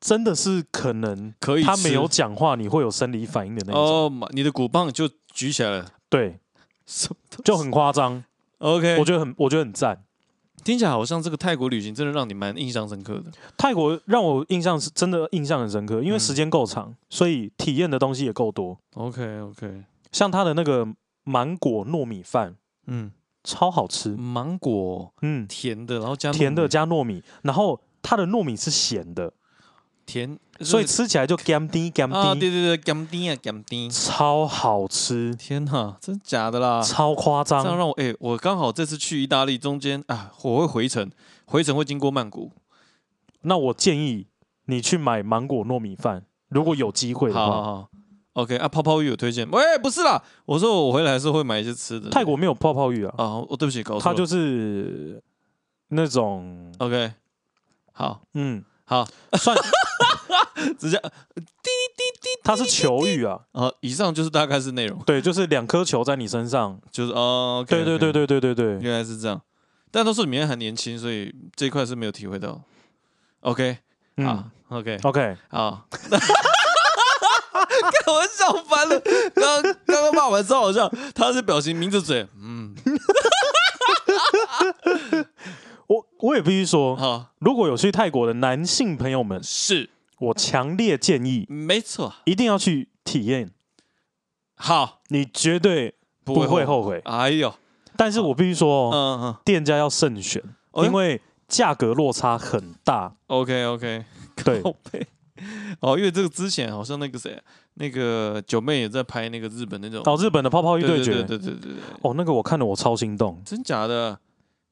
Speaker 2: 真的是可能
Speaker 1: 可以
Speaker 2: 他
Speaker 1: 吃
Speaker 2: 没有讲话，你会有生理反应的那一种，
Speaker 1: 哦，妈你的鼓棒就举起来了，
Speaker 2: 对，
Speaker 1: 什么东西
Speaker 2: 就很夸张，
Speaker 1: OK。
Speaker 2: 我
Speaker 1: 我
Speaker 2: 觉得很，我觉得很赞。
Speaker 1: 听起来好像这个泰国旅行真的让你蛮印象深刻的。
Speaker 2: 泰国让我印象是真的印象很深刻，因为
Speaker 1: 嗯
Speaker 2: 时间够长，所以体验的东西也够多。
Speaker 1: OK OK，
Speaker 2: 像他的那个芒果糯米饭
Speaker 1: 嗯，
Speaker 2: 超好吃，
Speaker 1: 芒果
Speaker 2: 嗯，
Speaker 1: 甜的，然后加
Speaker 2: 甜
Speaker 1: 糯
Speaker 2: 的
Speaker 1: 米
Speaker 2: 加糯米，然后它的糯米是咸的，
Speaker 1: 甜，
Speaker 2: 所以
Speaker 1: 就是
Speaker 2: 吃起来就 gam 滴 gam
Speaker 1: 啊，
Speaker 2: 滴，
Speaker 1: 对对对，甘丁啊甘丁，
Speaker 2: 超好吃，
Speaker 1: 天哪，真假的啦！
Speaker 2: 超夸
Speaker 1: 这样
Speaker 2: 张。
Speaker 1: 让我哎、我刚好这次去意大利中间啊，我会回程，回程会经过曼谷。
Speaker 2: 那我建议你去买芒果糯米饭，如果有机会的
Speaker 1: 好
Speaker 2: 话。
Speaker 1: 好好，OK 啊，泡泡浴有推荐？喂、不是啦，我说我回来的时候会买一些吃的。
Speaker 2: 泰国没有泡泡浴啊，
Speaker 1: 啊，我、对不起，搞错
Speaker 2: 它
Speaker 1: 了。
Speaker 2: 就是那种
Speaker 1: OK，好
Speaker 2: 嗯，
Speaker 1: 好，
Speaker 2: 算
Speaker 1: 直接
Speaker 2: 它是球浴啊，
Speaker 1: 好，以上就是大概是内容，
Speaker 2: 对，就是两颗球在你身上。
Speaker 1: 就是哦
Speaker 2: 对
Speaker 1: ，OK，
Speaker 2: 对对
Speaker 1: OK，
Speaker 2: 对对对对，
Speaker 1: 原来是这样。但都是里面还年轻，所以这一块是没有体会到。OK
Speaker 2: 嗯
Speaker 1: 啊，OK
Speaker 2: ，OK，
Speaker 1: 啊，看我笑翻了。刚刚刚骂完之后，好像他是表情抿着嘴，嗯，
Speaker 2: 我我也必须说，
Speaker 1: 好，
Speaker 2: 如果有去泰国的男性朋友们，
Speaker 1: 是
Speaker 2: 我强烈建议
Speaker 1: 没错，
Speaker 2: 一定要去体验，
Speaker 1: 好，
Speaker 2: 你绝对
Speaker 1: 不
Speaker 2: 不会
Speaker 1: 会
Speaker 2: 后悔。
Speaker 1: 哎呦，
Speaker 2: 但是我必须说
Speaker 1: 嗯
Speaker 2: 哦，
Speaker 1: 嗯
Speaker 2: 店家要慎选，
Speaker 1: 哦
Speaker 2: 因为价格落差很大。
Speaker 1: ，OK OK，
Speaker 2: 对，
Speaker 1: 后背。哦，因为这个之前好像那个谁，那个九妹也在拍那个日本那种
Speaker 2: 到日本的泡泡浴对
Speaker 1: 对
Speaker 2: 决，
Speaker 1: 对对对对，对
Speaker 2: 哦，那个我看了我超心动，
Speaker 1: 真假的？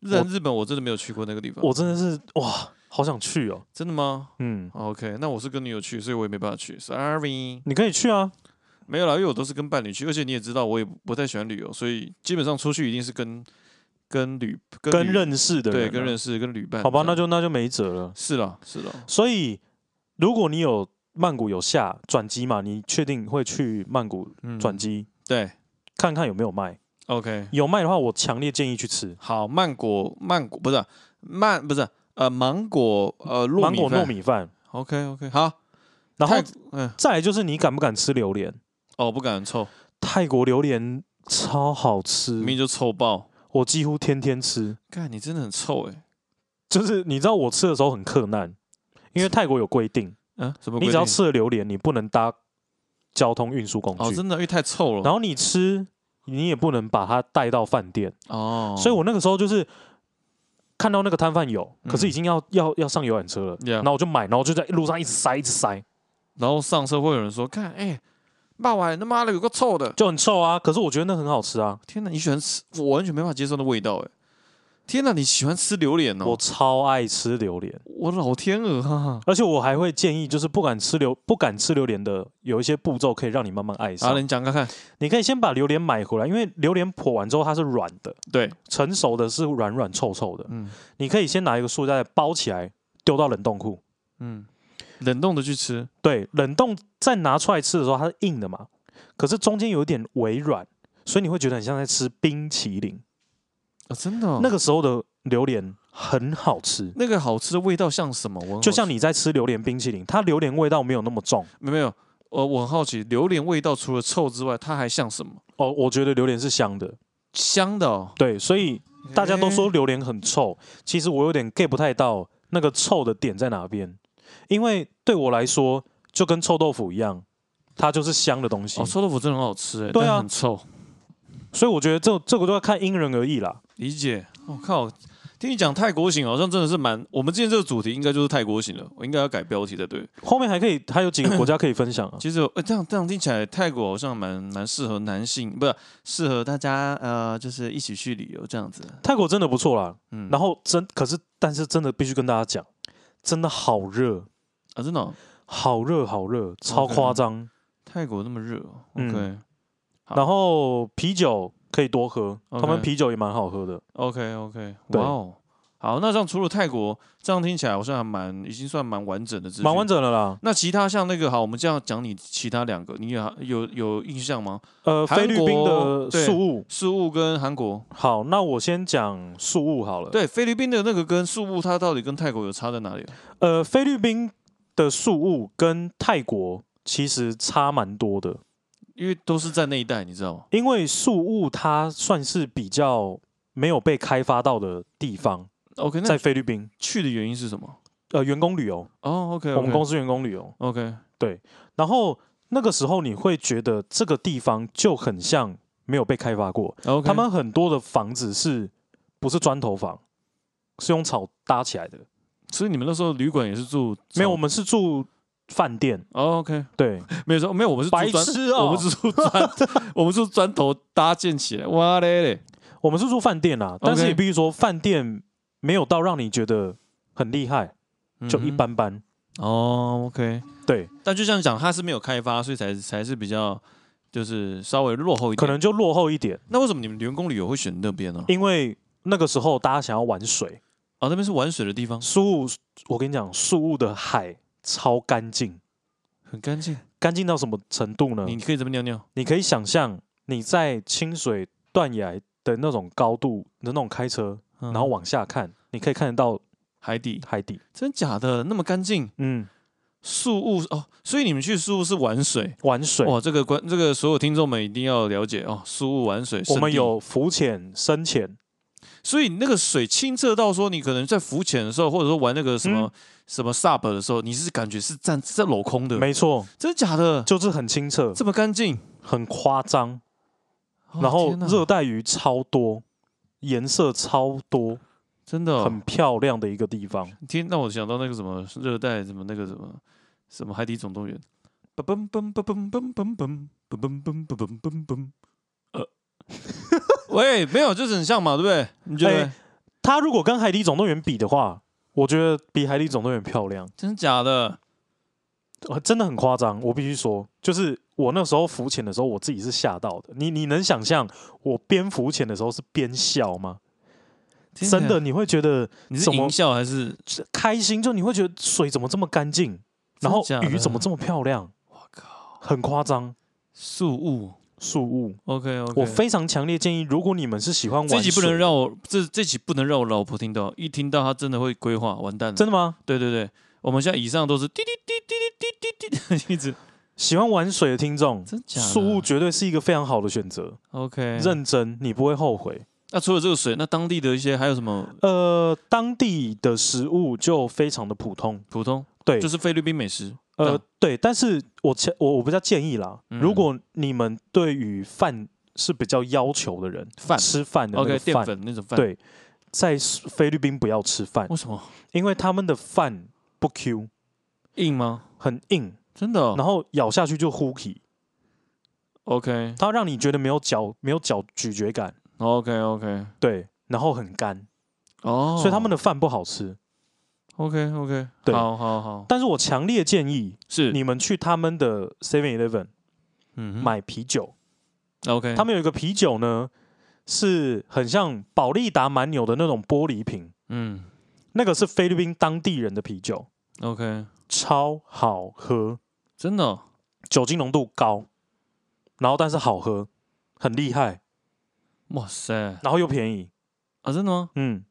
Speaker 1: 日
Speaker 2: 我
Speaker 1: 本日本我真的没有去过那个地方，
Speaker 2: 我真的是哇，好想去哦。
Speaker 1: 真的吗
Speaker 2: 嗯，
Speaker 1: ？OK，那我是跟女友去，所以我也没办法去，sorry。
Speaker 2: 你可以去啊。
Speaker 1: 没有啦，因为我都是跟伴侣去，而且你也知道，我也不太喜欢旅游，所以基本上出去一定是跟跟旅跟
Speaker 2: 跟
Speaker 1: 旅
Speaker 2: 认识的人、
Speaker 1: 对跟认
Speaker 2: 识，
Speaker 1: 识跟旅伴这样。
Speaker 2: 好吧，那就那就没辙了。
Speaker 1: 是啦是啦，
Speaker 2: 所以，如果你有曼谷有下转机嘛，你确定会去曼谷
Speaker 1: 嗯
Speaker 2: 转机、
Speaker 1: 对
Speaker 2: 看看有没有卖？
Speaker 1: OK
Speaker 2: 有卖的话，我强烈建议去吃
Speaker 1: 好，曼果曼果不是啊曼不是呃芒果呃糯
Speaker 2: 芒
Speaker 1: 米
Speaker 2: 果
Speaker 1: 饭
Speaker 2: 糯米饭。
Speaker 1: OK OK 好，
Speaker 2: 然后
Speaker 1: 泰嗯
Speaker 2: 再来就是你敢不敢吃榴莲？
Speaker 1: 哦不敢臭，
Speaker 2: 泰国榴莲超好
Speaker 1: 明
Speaker 2: 吃，
Speaker 1: 明就臭爆，
Speaker 2: 我几乎天天吃。
Speaker 1: 看你真的很臭哎、
Speaker 2: 就是你知道我吃的时候很困难，因为泰国有规定，
Speaker 1: 啊什么规定？
Speaker 2: 你只要吃了榴莲，你不能搭交通运输工
Speaker 1: 哦
Speaker 2: 具，
Speaker 1: 真的因为太臭了，
Speaker 2: 然后你吃，你也不能把它带到饭店。
Speaker 1: 哦，
Speaker 2: 所以我那个时候就是看到那个摊贩有，可是
Speaker 1: 嗯
Speaker 2: 已经要、要要上游览车了
Speaker 1: Yeah
Speaker 2: 然后我就买，然后就在路上一直塞，一直塞，
Speaker 1: 然后上车会有人说，看哎。骂完他妈的有个臭的，
Speaker 2: 就很臭啊。可是我觉得那很好吃啊，
Speaker 1: 天哪！你喜欢吃，我完全没办法接受的味道哎！天哪，你喜欢吃榴莲哦？
Speaker 2: 我超爱吃榴莲，
Speaker 1: 我老天鹅啊！
Speaker 2: 而且我还会建议，就是不敢吃榴不敢吃榴莲的，有一些步骤可以让你慢慢爱
Speaker 1: 好
Speaker 2: 上。
Speaker 1: 了，啊你讲看看。
Speaker 2: 你可以先把榴莲买回来，因为榴莲破完之后它是软的，
Speaker 1: 对，
Speaker 2: 成熟的是软软臭臭的，
Speaker 1: 嗯
Speaker 2: 你可以先拿一个塑料袋包起来，丢到冷冻库。
Speaker 1: 嗯，冷冻的去吃，
Speaker 2: 对，冷冻再拿出来吃的时候，它是硬的嘛，可是中间有一点微软，所以你会觉得很像在吃冰淇淋。
Speaker 1: 哦，真的哦、
Speaker 2: 那个时候的榴莲很好吃，
Speaker 1: 那个好吃的味道像什么？我很好
Speaker 2: 就像
Speaker 1: 奇
Speaker 2: 你在吃榴莲冰淇淋，它榴莲味道没有那么重。
Speaker 1: 没有没有，呃，我很好奇，榴莲味道除了臭之外，它还像什么？
Speaker 2: 哦，我觉得榴莲是香的，
Speaker 1: 香的哦。
Speaker 2: 对，所以大家都说榴莲很臭，其实我有点 get 不太到那个臭的点在哪边，因为对我来说就跟臭豆腐一样，它就是香的东西，
Speaker 1: 哦，臭豆腐真的很好吃哎，
Speaker 2: 对啊
Speaker 1: 但很臭。
Speaker 2: 所以我觉得这这个就要看因人而异啦。
Speaker 1: 理解。我、靠，听你讲泰国型，好像真的是蛮……我们今天这个主题应该就是泰国型了，我应该要改标题才对。，
Speaker 2: 后面还可以还有几个国家可以分享啊
Speaker 1: 其实我，呃，这样这样听起来，泰国好像蛮蛮适合男性，不是适合大家呃，就是一起去旅游这样子。
Speaker 2: 泰国真的不错啦，
Speaker 1: 嗯，
Speaker 2: 然后真可是但是真的必须跟大家讲，真的好热，
Speaker 1: 啊，真的哦、
Speaker 2: 好热，好热，超夸张。
Speaker 1: 泰国那么热、哦、
Speaker 2: 嗯
Speaker 1: ，OK、好
Speaker 2: 然后啤酒可以多喝，他们
Speaker 1: OK
Speaker 2: 啤酒也蛮好喝的。
Speaker 1: OK OK，
Speaker 2: 对
Speaker 1: 哇哦，好，那这样除了泰国，这样听起来好像还蛮已经算蛮完整的资讯，
Speaker 2: 蛮完。整的啦。
Speaker 1: 那其他像那个好，我们这样讲你其他两个，你有有有印象吗？
Speaker 2: 呃，
Speaker 1: 韩
Speaker 2: 菲
Speaker 1: 国
Speaker 2: 律宾的
Speaker 1: 对
Speaker 2: 宿务，
Speaker 1: 宿务跟韩国，
Speaker 2: 好，那我先讲宿务好了。，
Speaker 1: 对，菲律宾的那个跟宿务，它到底跟泰国有差在哪里？
Speaker 2: 呃，菲律宾的宿务跟泰国其实差蛮多的，
Speaker 1: 因为都是在那一带，你知道吗？
Speaker 2: 因为宿务它算是比较没有被开发到的地方，
Speaker 1: OK，那
Speaker 2: 在菲律宾，
Speaker 1: 去的原因是什么？
Speaker 2: 呃，员工旅游，
Speaker 1: 哦，OK，,
Speaker 2: 我们公司员工旅游，
Speaker 1: OK，
Speaker 2: 然后那个时候你会觉得这个地方就很像没有被开发过，
Speaker 1: OK，
Speaker 2: 他们很多的房子是不是砖头房，是用草搭起来的，
Speaker 1: 所以你们那时候旅馆也是住
Speaker 2: 没有，我们是住饭店，
Speaker 1: 哦，OK，
Speaker 2: 对，
Speaker 1: 没有说没有，我们是
Speaker 2: 白
Speaker 1: 住砖，
Speaker 2: 痴哦
Speaker 1: 我们是住砖， 我们是住砖头搭建起来，哇嘞嘞，
Speaker 2: 我们是住饭店啦，但是
Speaker 1: OK
Speaker 2: 你必须说饭店没有到让你觉得很厉害，就一般般。
Speaker 1: 嗯哼哦，OK。
Speaker 2: 对，
Speaker 1: 但就像你讲，它是没有开发，所以才才是比较就是稍微落后一点。嗯
Speaker 2: 可能就落后一点，
Speaker 1: 那为什么你们员工旅游会选那边呢？
Speaker 2: 因为那个时候大家想要玩水。
Speaker 1: 哦，那边是玩水的地方，
Speaker 2: 宿务，我跟你讲，宿务的海超干净，
Speaker 1: 很干净，
Speaker 2: 干净到什么程度呢？
Speaker 1: 你
Speaker 2: 你
Speaker 1: 可以这边尿尿。
Speaker 2: 你可以想象你在清水断崖的那种高度的那种开车，
Speaker 1: 然
Speaker 2: 然后往下看，你可以看得到
Speaker 1: 嗯海底，
Speaker 2: 海底。
Speaker 1: 真假的那么干净？
Speaker 2: 嗯，
Speaker 1: 宿雾哦，所以你们去宿雾是玩水
Speaker 2: 玩水，
Speaker 1: 哇？这个观这个所有听众们一定要了解哦，宿雾玩水。
Speaker 2: 我们
Speaker 1: 圣地，
Speaker 2: 有浮潜、深潜，
Speaker 1: 所以那个水清澈到说，你可能在浮潜的时候，或者说玩那个什
Speaker 2: 嗯
Speaker 1: 么、什么 sub 的时候，你是感觉是站是在镂空的，
Speaker 2: 没错，
Speaker 1: 真假的？
Speaker 2: 就是很清澈，
Speaker 1: 这么干净，
Speaker 2: 很夸张。
Speaker 1: 哦
Speaker 2: 然后
Speaker 1: 天哪
Speaker 2: 热带鱼超多，颜色超多，
Speaker 1: 真的、
Speaker 2: 很
Speaker 1: 哦、
Speaker 2: 漂亮的一个地方。
Speaker 1: 天，让我想到那个什么热带什么那个什么什么海底总动员， 嘣嘣嘣嘣嘣嘣嘣嘣嘣嘣嘣嘣嘣嘣，呃，喂，没有，就是很像嘛，对不对？你觉得
Speaker 2: 哎？它如果跟《海底总动员》比的话，我觉得比《海底总动员》漂亮，
Speaker 1: 真的假的？
Speaker 2: 呃真的很夸张。我必须说，就是我那时候浮潜的时候，我自己是吓到的。你你能想象我边浮潜的时候是边笑吗？
Speaker 1: 天
Speaker 2: 真
Speaker 1: 哪
Speaker 2: 的，，你会觉得
Speaker 1: 你是
Speaker 2: 怎么
Speaker 1: 淫笑还是？
Speaker 2: 这开心，就你会觉得水怎么这么干净，然后
Speaker 1: 真假的
Speaker 2: 鱼怎么这么漂亮，
Speaker 1: 我靠，
Speaker 2: 很夸张。
Speaker 1: 素物
Speaker 2: 树物
Speaker 1: ，OK OK，
Speaker 2: 我非常强烈建议，如果你们是喜欢玩
Speaker 1: 这集不能
Speaker 2: 水
Speaker 1: 让我这这集不能让我老婆听到，一听到她真的会规划，完蛋了。
Speaker 2: 真的吗？
Speaker 1: 对对对，我们现在以上都是滴滴滴滴滴滴滴 滴，一直
Speaker 2: 喜欢玩水的听众，
Speaker 1: 真假的啊哎
Speaker 2: 树物绝对是一个非常好的选择。
Speaker 1: OK。
Speaker 2: 认真，你不会后悔。
Speaker 1: 那除了这个水，那当地的一些还有什么
Speaker 2: 呃，当地的食物就非常的普通，
Speaker 1: 普通？
Speaker 2: 对，
Speaker 1: 就是菲律宾美食。这
Speaker 2: 呃
Speaker 1: 样
Speaker 2: 对，但是我前我我比较建议啦，
Speaker 1: 嗯
Speaker 2: 如果你们对于饭是比较要求的人，
Speaker 1: 饭
Speaker 2: 吃饭的那
Speaker 1: OK，
Speaker 2: 个
Speaker 1: 淀
Speaker 2: 饭，
Speaker 1: 粉那种饭。，哦
Speaker 2: 对，在菲律宾不要吃饭，
Speaker 1: 为什么
Speaker 2: 因为他们的饭不 Q，
Speaker 1: 硬吗？
Speaker 2: 很硬，
Speaker 1: 真的哦、
Speaker 2: 然后咬下去就呼起，
Speaker 1: OK
Speaker 2: 它让你觉得没有嚼没有嚼咀嚼感，
Speaker 1: OK OK
Speaker 2: 对，然后很干，
Speaker 1: 哦，
Speaker 2: 所以他们的饭不好吃。
Speaker 1: OK OK
Speaker 2: 对
Speaker 1: 好好好
Speaker 2: 但是我强烈建议
Speaker 1: 是
Speaker 2: 你们去他们的 Seven Eleven
Speaker 1: 嗯哼
Speaker 2: 买啤酒，
Speaker 1: OK
Speaker 2: 他们有一个啤酒呢，是很像保利达蛮牛的那种玻璃瓶，
Speaker 1: 嗯
Speaker 2: 那个是菲律宾当地人的啤酒，
Speaker 1: OK
Speaker 2: 超好喝，
Speaker 1: 真的哦、
Speaker 2: 酒精浓度高，然后但是好喝，很厉害，
Speaker 1: 哇塞
Speaker 2: 然后又便宜，
Speaker 1: 啊真的吗？
Speaker 2: 嗯，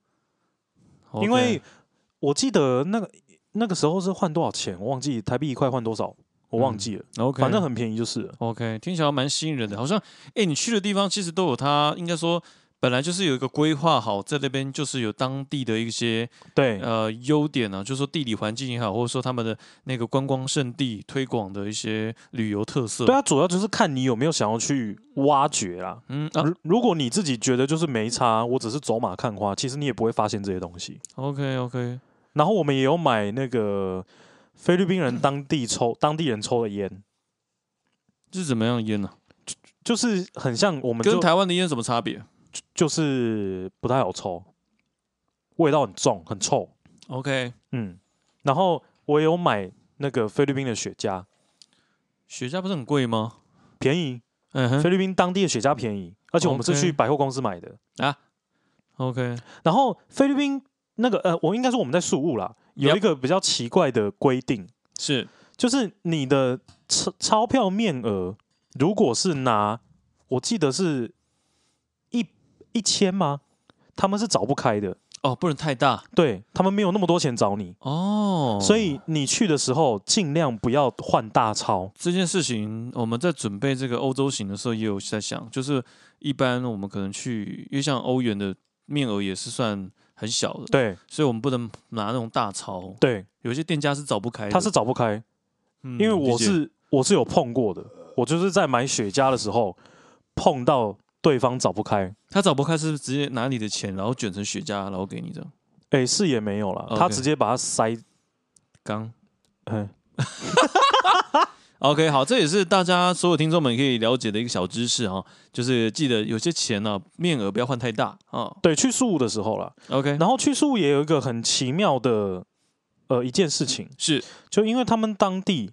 Speaker 1: OK
Speaker 2: 因为我记得那个那个时候是换多少钱，我忘记台币一块换多少，我忘记了，
Speaker 1: 嗯 OK
Speaker 2: 反正很便宜就是了。
Speaker 1: OK，听起来蛮吸引人的，好像哎、你去的地方其实都有它，应该说本来就是有一个规划好，在那边就是有当地的一些
Speaker 2: 对，
Speaker 1: 呃优点啊，就是说地理环境也好，或者说他们的那个观光胜地推广的一些旅游特色。
Speaker 2: 对，啊，主要就是看你有没有想要去挖掘啦。
Speaker 1: 嗯啊
Speaker 2: 如如果你自己觉得就是没差，我只是走马看花，其实你也不会发现这些东西。
Speaker 1: ，OK OK，
Speaker 2: 然后我们也有买那个菲律宾人当地抽、当地人抽的烟，
Speaker 1: 这是怎么样烟呢、
Speaker 2: 就是很像我们
Speaker 1: 跟
Speaker 2: 就
Speaker 1: 台湾的烟有什么差别
Speaker 2: 就是不太好抽，味道很重，很臭。
Speaker 1: ？OK，
Speaker 2: 嗯，然后我也有买那个菲律宾的雪茄，
Speaker 1: 雪茄不是很贵吗？
Speaker 2: 便宜，
Speaker 1: 嗯
Speaker 2: 菲
Speaker 1: 哼
Speaker 2: 律宾当地的雪茄便宜，而且我们是
Speaker 1: OK
Speaker 2: 去百货公司买的。
Speaker 1: ，OK，
Speaker 2: 然后菲律宾那个呃，我应该说我们在宿务啦，有
Speaker 1: Yep
Speaker 2: 一个比较奇怪的规定，
Speaker 1: 是
Speaker 2: 就是你的钞钞票面额，如果是拿，我记得是一一千吗？他们是找不开的，
Speaker 1: 哦，不能太大
Speaker 2: 对他们没有那么多钱找你，
Speaker 1: 哦，
Speaker 2: 所以你去的时候尽量不要换大钞。
Speaker 1: 这件事情，我们在准备这个欧洲行的时候，也有在想，就是一般我们可能去，因为像欧元的面额也是算很小的，
Speaker 2: 对
Speaker 1: 所以我们不能拿那种大钞。
Speaker 2: 对，
Speaker 1: 有些店家是找不开的，
Speaker 2: 他是找不开，
Speaker 1: 哎嗯、
Speaker 2: 因为我
Speaker 1: 理解
Speaker 2: 是我是有碰过的，我就是在买雪茄的时候碰到对方找不开，
Speaker 1: 他找不开，是不是直接拿你的钱，然后卷成雪茄，然后给你这样
Speaker 2: 诶，是也没有啦，他
Speaker 1: 哦 OK
Speaker 2: 直接把它塞，
Speaker 1: 刚。
Speaker 2: 嗯，
Speaker 1: OK，好，这也是大家所有听众们可以了解的一个小知识哈、就是记得有些钱呢、面额不要换太大啊。
Speaker 2: 对，去宿务的时候啦，
Speaker 1: OK，
Speaker 2: 然后去宿务也有一个很奇妙的呃一件事情，
Speaker 1: 是，
Speaker 2: 就因为他们当地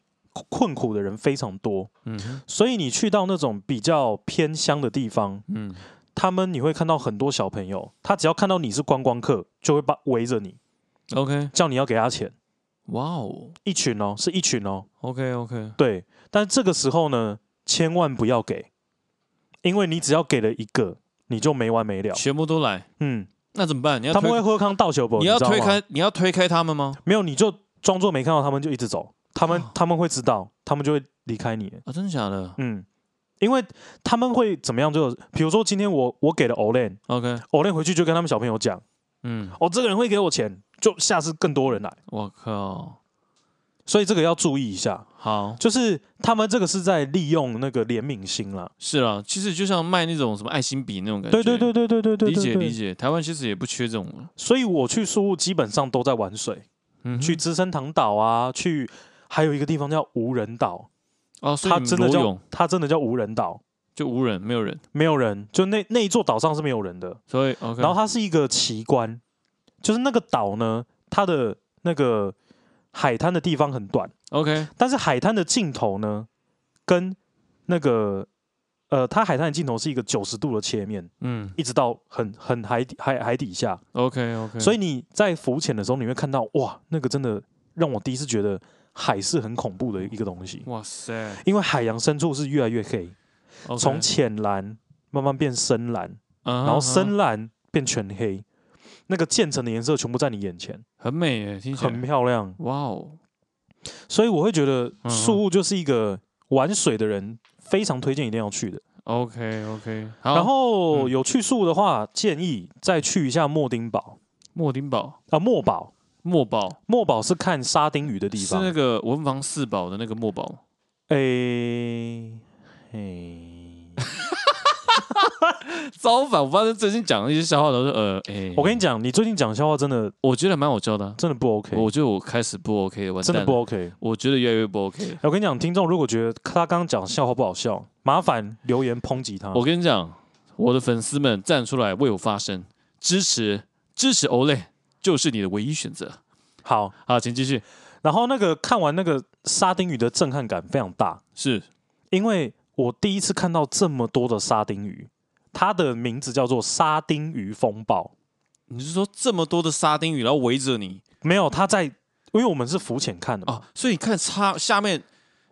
Speaker 2: 困苦的人非常多，
Speaker 1: 嗯哼
Speaker 2: 所以你去到那种比较偏乡的地方，
Speaker 1: 嗯，
Speaker 2: 他们你会看到很多小朋友，他只要看到你是观光客，就会把围着你，
Speaker 1: ，OK，
Speaker 2: 叫你要给他钱，
Speaker 1: 哇哦
Speaker 2: 一群哦，是一群哦，
Speaker 1: ，OK OK，
Speaker 2: 对，但这个时候呢，千万不要给，因为你只要给了一个，你就没完没了。
Speaker 1: 全部都来。
Speaker 2: 嗯，
Speaker 1: 那怎么办？你要
Speaker 2: 他们
Speaker 1: 推
Speaker 2: 会喝康倒酒不？
Speaker 1: 你要
Speaker 2: 知道
Speaker 1: 推
Speaker 2: 吗
Speaker 1: 开你要推开他们吗？
Speaker 2: 没有，你就装作没看到他们，就一直走。他们他们会知道，他们就会离开你。
Speaker 1: 啊，真的假的
Speaker 2: 嗯，因为他们会怎么样就？比如说今天我我给了 Olen，Olen
Speaker 1: ？OK，
Speaker 2: 回去就跟他们小朋友讲，
Speaker 1: 嗯，
Speaker 2: 哦，这个人会给我钱，就下次更多人来。
Speaker 1: 我靠，
Speaker 2: 所以这个要注意一下，
Speaker 1: 好
Speaker 2: 就是他们这个是在利用那个怜悯心啦。
Speaker 1: 是啦，其实就像卖那种什么爱心笔那种感觉，
Speaker 2: 对对对对对对对，
Speaker 1: 理解理
Speaker 2: 解。
Speaker 1: 解。台湾其实也不缺这种，
Speaker 2: 所以我去宿务基本上都在玩水，
Speaker 1: 嗯哼，
Speaker 2: 去资生堂岛啊，去还有一个地方叫无人岛，
Speaker 1: 哦，所以
Speaker 2: 它
Speaker 1: 你们
Speaker 2: 真的
Speaker 1: 裸
Speaker 2: 叫
Speaker 1: 泳
Speaker 2: 它真的叫无人岛，
Speaker 1: 就无人没有人，
Speaker 2: 没有人，就那那一座岛上是没有人的。
Speaker 1: 所以 OK，
Speaker 2: 然后它是一个奇观，就是那个岛呢，它的那个海滩的地方很短，
Speaker 1: OK，
Speaker 2: 但是海滩的尽头呢，跟那个呃，它海滩的尽头是一个九十度的切面，
Speaker 1: 嗯
Speaker 2: 一直到很很海底海海底下，
Speaker 1: ，OK OK，
Speaker 2: 所
Speaker 1: 以
Speaker 2: 以你在浮潜的时候，你会看到哇，那个真的让我第一次觉得海是很恐怖的一个东西，
Speaker 1: 哇塞，
Speaker 2: 因为海洋深处是越来越黑，
Speaker 1: OK
Speaker 2: 从浅蓝慢慢变深蓝，
Speaker 1: 嗯哼
Speaker 2: 然后
Speaker 1: 嗯哼
Speaker 2: 深蓝变全黑，那个渐层的颜色全部在你眼前，
Speaker 1: 很美耶，听起
Speaker 2: 很
Speaker 1: 来，
Speaker 2: 漂亮。
Speaker 1: 哇哦，
Speaker 2: 所以我会觉得
Speaker 1: 嗯
Speaker 2: 宿雾就是一个玩水的人非常推荐一定要去的。
Speaker 1: OK OK，好，
Speaker 2: 然后
Speaker 1: 嗯
Speaker 2: 有去宿的话，建议再去一下莫丁堡
Speaker 1: 莫丁堡、
Speaker 2: 啊，墨堡。
Speaker 1: 墨宝
Speaker 2: 墨堡是看沙丁鱼的地
Speaker 1: 是
Speaker 2: 方
Speaker 1: 那，个文房四宝的那个墨宝吗，
Speaker 2: 诶 诶，
Speaker 1: 超反。我发现最近讲的一些笑话都是呃，哎，
Speaker 2: 我跟你讲，你最近讲笑话真的
Speaker 1: 我觉得蛮好笑的啊，
Speaker 2: 真的不 OK，
Speaker 1: 我觉得我开始不 OK，完
Speaker 2: 真
Speaker 1: 蛋
Speaker 2: 的
Speaker 1: 了，
Speaker 2: 不 OK。
Speaker 1: 我觉得越来越不 OK。
Speaker 2: 我跟你讲，听众如果觉得他刚刚讲笑话不好笑，麻烦留言抨击他。
Speaker 1: 我跟你讲，我的粉丝们站出来为我发声，支持支持 Olay 就是你的唯一选择。
Speaker 2: 好，
Speaker 1: 好，请继续。
Speaker 2: 然后那个看完那个沙丁鱼的震撼感非常大，
Speaker 1: 是
Speaker 2: 因为我第一次看到这么多的沙丁鱼，它的名字叫做沙丁鱼风暴。
Speaker 1: 你是说这么多的沙丁鱼，然后围着你
Speaker 2: 没有，它在，因为我们是浮潜看的嘛，
Speaker 1: 哦，所以你看差下面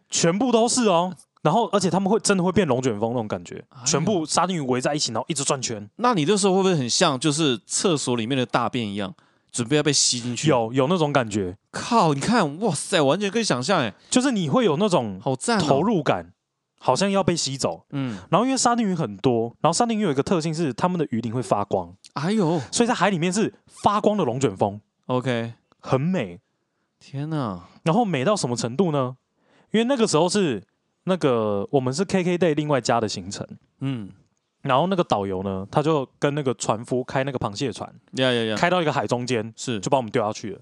Speaker 2: 全部都是哦。然后，而且他们会真的会变龙卷风那种感觉
Speaker 1: 哎，呦
Speaker 2: 全部沙丁鱼围在一起，然后一直转圈。
Speaker 1: 那你那时候会不会很像就是厕所里面的大便一样，准备要被吸进去？，
Speaker 2: 有有那种感觉，
Speaker 1: 靠！你看，哇塞，完全可以想象，哎，
Speaker 2: 就是你会有那种
Speaker 1: 好赞、哦，
Speaker 2: 投，入感，好像要被吸走。
Speaker 1: 嗯，
Speaker 2: 然后因为沙丁鱼很多，然后沙丁鱼有一个特性是它们的鱼鳞会发光，
Speaker 1: 哎呦
Speaker 2: 所以在海里面是发光的龙卷风，
Speaker 1: ，OK，
Speaker 2: 很美。
Speaker 1: 天哪，
Speaker 2: 然后美到什么程度呢？因为那个时候是那个我们是 KK day 另外加的行程，
Speaker 1: 嗯，
Speaker 2: 然后那个导游呢，他就跟那个船夫开那个螃蟹船，
Speaker 1: 呀呀呀，
Speaker 2: 开到一个海中间，
Speaker 1: 是，
Speaker 2: 就把我们丢下去了。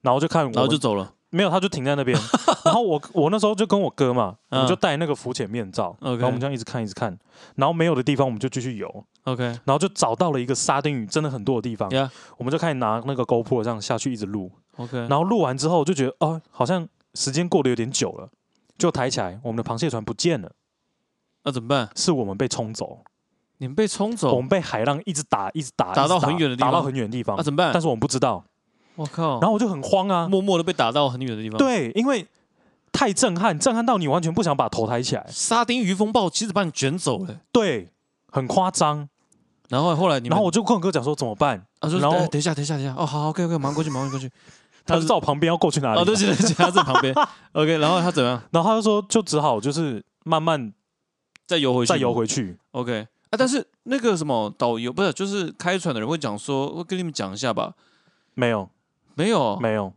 Speaker 2: 然后就看我们，
Speaker 1: 然后就走了
Speaker 2: 没有，他就停在那 边。然后我我那时候就跟我哥嘛，我
Speaker 1: 嗯
Speaker 2: 们就戴那个浮潜面罩，
Speaker 1: OK
Speaker 2: 然后我们这样一直看一直看，然后没有的地方我们就继续游，
Speaker 1: ，OK，
Speaker 2: 然后就找到了一个沙丁鱼真的很多的地方，
Speaker 1: 呀
Speaker 2: 我们就开始拿那个 GoPro 这样下去一直录，
Speaker 1: ，OK，
Speaker 2: 然后录完之后就觉得哦，好像时间过得有点久了，就抬起来，我们的螃蟹船不见了，
Speaker 1: 那怎么办？
Speaker 2: 是我们被冲走，
Speaker 1: 你们被冲
Speaker 2: 我
Speaker 1: 走
Speaker 2: 们，被海浪一直打，一直打，
Speaker 1: 哦打
Speaker 2: 一直
Speaker 1: 到很远的地方啊
Speaker 2: 打到很远的地方
Speaker 1: 那、，怎么办哦
Speaker 2: 但？是我们不知道，
Speaker 1: 我靠，
Speaker 2: 然后我就很慌啊，
Speaker 1: 默默的被打到很远的地方。，
Speaker 2: 对，因为太震撼，震撼到你完全不想把头抬起来，
Speaker 1: 沙丁鱼风暴其实把你卷走了、
Speaker 2: 对，很夸张，
Speaker 1: 然后后来你们，
Speaker 2: 然后我就跟我哥讲说怎么办，
Speaker 1: 啊，说
Speaker 2: 然后
Speaker 1: 哎等一下，等一下，等一下，哦，好好，OK，OK，忙过去，忙过去。
Speaker 2: 他
Speaker 1: 他
Speaker 2: 就是在我旁边要过去哪里，
Speaker 1: 哦，对不起，对不起，他在旁边。OK，然后他怎么样？
Speaker 2: 然后他就说就只好就是慢慢
Speaker 1: 再游回去，
Speaker 2: 再游回去，
Speaker 1: OK 啊，但是那个什么导游不是，就是开船的人会讲说，我跟你们讲一下吧。
Speaker 2: 没有
Speaker 1: 没有，
Speaker 2: 没有，